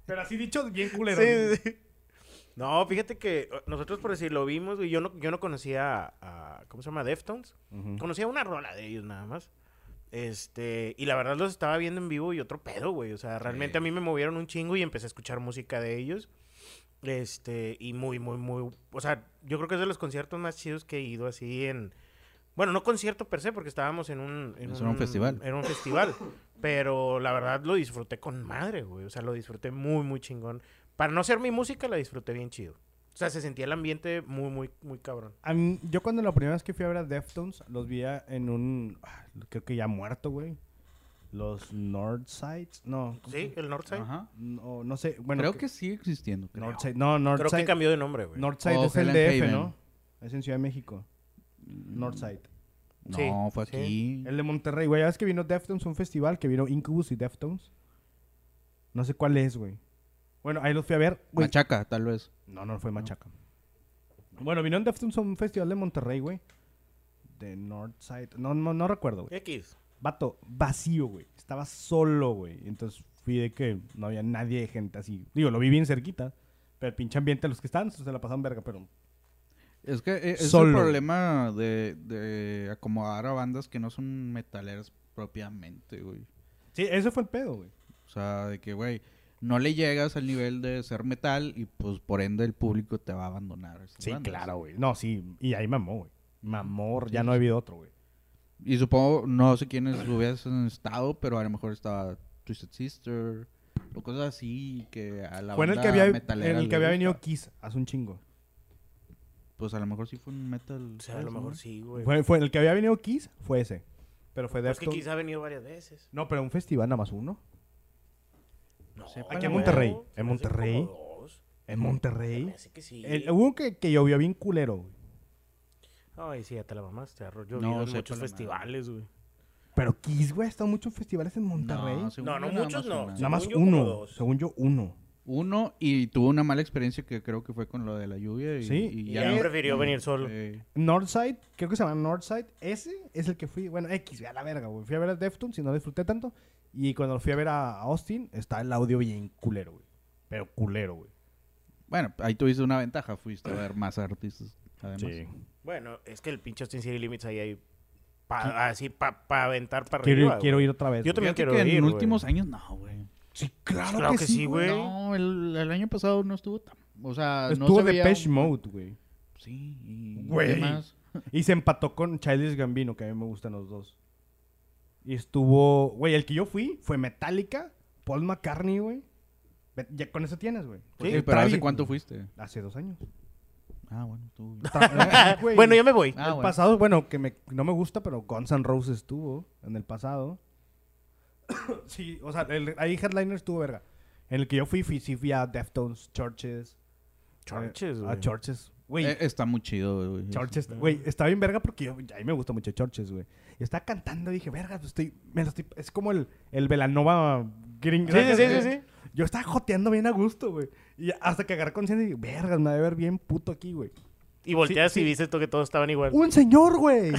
Pero así dicho, bien culero.
Sí, sí, sí. No, fíjate que eh, nosotros por decir lo vimos, güey. Yo no, yo no conocía a, a- ¿cómo se llama? Deftones. Conocía una rola de ellos nada más. Este, y la verdad los estaba viendo en vivo y otro pedo, güey. O sea, realmente a mí me movieron un chingo y empecé a escuchar música de ellos. Este, y muy, muy, muy. O sea, yo creo que es de los conciertos más chidos que he ido así en. Bueno, no concierto per se, porque estábamos en un. En
Eso era un festival.
Era un festival. Pero la verdad lo disfruté con madre, güey. O sea, lo disfruté muy, muy chingón. Para no ser mi música, la disfruté bien chido. O sea, se sentía el ambiente muy, muy, muy cabrón.
A mí- yo cuando la primera vez que fui a ver a Deftones, los vi a- en un... ah, Creo que ya muerto, güey. Los Nordsides. No. ¿cómo
Sí,
se-
el Northside.
Ajá.
No, no sé. Bueno,
creo que sigue existiendo. creo.
Northside. No,
Creo que
Northside.
cambió de nombre, güey.
Northside
Oh,
es el
Helen
DF,
Haven. Mm.
¿no? Es en Ciudad de México. Northside.
No,
Sí,
fue
sí.
aquí.
El de Monterrey, güey. Ya ves que vino Deftones a un festival que vino Incubus y Deftones. No sé cuál es, güey. Bueno, ahí los fui a ver. güey.
Machaca, tal vez.
No, no fue Machaca. Bueno, vino en Deftones a un festival de Monterrey, güey. De Northside. No, no, no recuerdo, güey.
X.
Vato, vacío, güey. Estaba solo, güey. Entonces fui de que no había nadie de gente así. Digo, lo vi bien cerquita. Pero el pinche ambiente, los que están, se la pasaban verga, pero.
Es que eh, es
Solo.
el problema de, de acomodar a bandas que no son metaleras propiamente, güey.
Sí, ese fue el pedo, güey.
O sea, de que, güey, no le llegas al nivel de ser metal y pues por ende el público te va a abandonar. a esas
Sí,
bandas.
claro, güey. No, sí. Y ahí mamó, güey. Mamor, ya no ha habido otro, güey.
Y supongo, no sé quiénes hubiesen estado, pero a lo mejor estaba Twisted Sister o cosas así que a la
Fue en el que
banda
había,
metalera
en el
le
que había
gusta.
venido Kiss hace un chingo.
Pues a lo mejor sí fue un metal.
O sea, a lo
¿sabes, no?
mejor sí, güey.
Fue, fue el que había venido Kiss, fue ese. Pero fue
Es Pues que
Deftones.
quizá ha venido varias veces.
No, pero un festival nada más uno.
No,
sepa,
Aquí en
no,
Monterrey,
se
en
me hace
Monterrey.
como dos.
En
Se me
Monterrey.
hace que sí.
El- hubo un que, que llovió bien culero, güey.
Ay, sí, ya te la mamaste, arroz. Yo
No,
no, en
sepa
muchos
la madre.
festivales, güey.
Pero Kiss, güey, ha estado en muchos festivales en Monterrey.
No, según
No, no
yo nada
muchos,
más
no.
una.
nada más
según yo, como
uno.
dos.
Según yo, uno.
Uno y tuvo una mala experiencia que creo que fue con lo de la lluvia. Y,
Sí,
y
Y
ya Eh,
él
no-
prefirió venir solo.
Sí.
Northside, creo que se llama Northside. Ese es el que fui. Bueno, X, güey, a la verga, güey. Fui a ver a Deftones y no disfruté tanto. Y cuando fui a ver a Austin, está el audio bien culero, güey. Pero culero, güey.
Bueno, ahí tuviste una ventaja, fuiste a ver más artistas. Además.
Bueno, es que el pinche Austin City Limits ahí hay. pa- así, para pa aventar para
Quiero,
arriba.
ir- quiero
güey.
ir otra vez.
Yo
güey.
también
Fíjate
quiero
que
ir.
en
güey.
últimos años no, güey.
Sí, claro,
Claro
que,
que
sí,
sí,
güey.
güey.
No, el, el año pasado no estuvo tan. O sea, no
Estuvo
se
de
veía
Pesh
un-
Mode, güey.
Sí, y
Güey.
¿qué más?
Y se empató con Childish Gambino, que a mí me gustan los dos. Y estuvo, güey, el que yo fui fue Metallica, Paul McCartney, güey. Ve- Ya con eso tienes, güey.
Sí,
Oye,
El
pero
Travis,
¿hace cuánto
güey.
fuiste?
Hace dos años.
Ah, bueno, tú.
Güey,
Bueno, yo me voy.
Ah,
el
bueno.
pasado, bueno, que me- no me gusta, pero Guns N' Roses estuvo en el pasado. sí, o sea, el- ahí Headliner estuvo verga. En el que yo fui, fui, sí fui a Deftones, Churches. eh,
Churches,
A
güey.
Churches. Güey,
Eh, está muy chido, güey.
Churches, güey, está bien verga porque yo, a mí me gusta mucho Churches, güey. Y estaba cantando y dije, verga, pues estoy, me lo estoy, es como el, el Velanova gringo.
Sí, sí, sí, sí, sí.
Yo estaba joteando bien a gusto, güey. Y hasta que agarré conciencia y dije, vergas, me va a ver bien puto aquí, güey.
Y volteas
Sí, Uh,
y
sí.
viste esto que todos estaban igual.
Un señor, güey.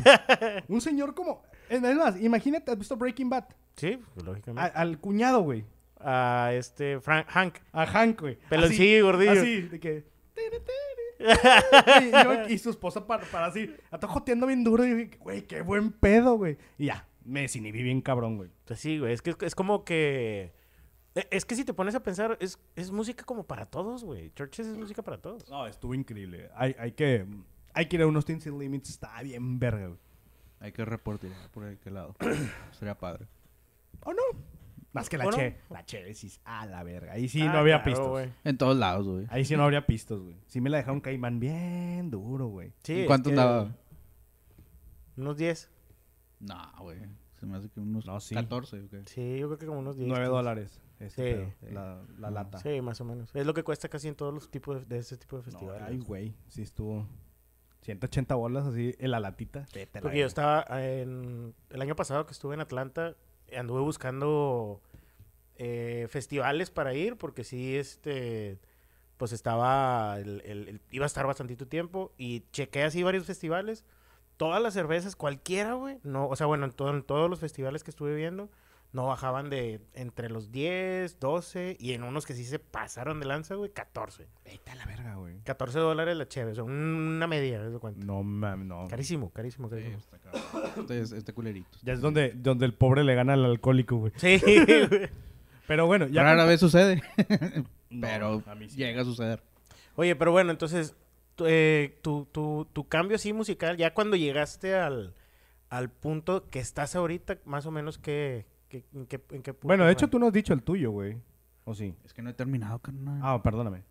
Un señor como, es más, imagínate, has visto Breaking Bad,
Sí, pues,
A-
lógicamente.
al cuñado, güey.
A, este, Frank, Hank.
A Hank, güey.
Peloncillo y gordillo.
Así, de que. "Tere, tere, tere". Y, yo- y su esposa para, para así. la Está joteando bien duro. Y dije, güey, qué buen pedo, güey. Y ya, me desinhibí bien cabrón, güey.
Pues sí, güey. Es que es como que. e- Es que si te pones a pensar, es, es música como para todos, güey. Churches es música para todos.
No, estuvo increíble. Hay, hay que. Hay que ir a unos Teens Sin Limits. Está bien verga, güey.
Hay que reportear por aquel lado. Sería padche.
¿O no? Más que la
¿O no?
Che. La Che, decís, a la verga. Ahí sí
Ah,
no había
claro,
pistos.
güey.
En todos lados, güey.
Ahí sí no habría pistos, güey. Sí me la dejaron caimán bien duro, güey.
Sí,
¿En
es
cuánto
que-
andaba?
Unos 10.
No, güey. Se me hace que unos
No, sí.
14, ¿o qué?
Sí, yo creo que como unos 10.
Nueve
15.
dólares. Este
Sí.
pedo, la, la lata.
Sí, más o menos. Es lo que cuesta casi en todos los tipos de, de este tipo de festivales.
No, ay, güey, sí estuvo 180 bolas así en la latita. Vete a la
Porque yo
verga.
estaba en, el año pasado que estuve en Atlanta, anduve buscando eh, festivales para ir, porque sí, este, pues estaba, el- el- el- iba a estar bastantito tiempo y chequé así varios festivales. Todas las cervezas, cualquiera, güey, no, o sea, bueno, en, todo- en todos los festivales que estuve viendo, no bajaban de entre los 10, 12 y en unos que sí se pasaron de lanza, güey, 14.
Vete a la verga, güey.
14 dólares la chévere, o sea, una media, haz de cuenta.
No mames, no.
Carísimo, carísimo,
Sí,
carísimo.
está cabrón. Este, es- este culerito.
Ya es donde, donde el pobre le gana al alcohólico, güey.
Sí, güey.
Pero bueno, ya.
Rara
con-
vez sucede.
No,
pero
a mí sí.
llega a suceder.
Oye, pero bueno, entonces, tu, eh, tu, tu- tu cambio así musical, ya cuando llegaste al, al punto que estás ahorita, más o menos, ¿qué, qué- en, qué, en qué punto?
Bueno, de hecho
fue?
tú no has dicho el tuyo, güey. ¿O sí?
Es que no he terminado, carnal.
Ah, perdóname.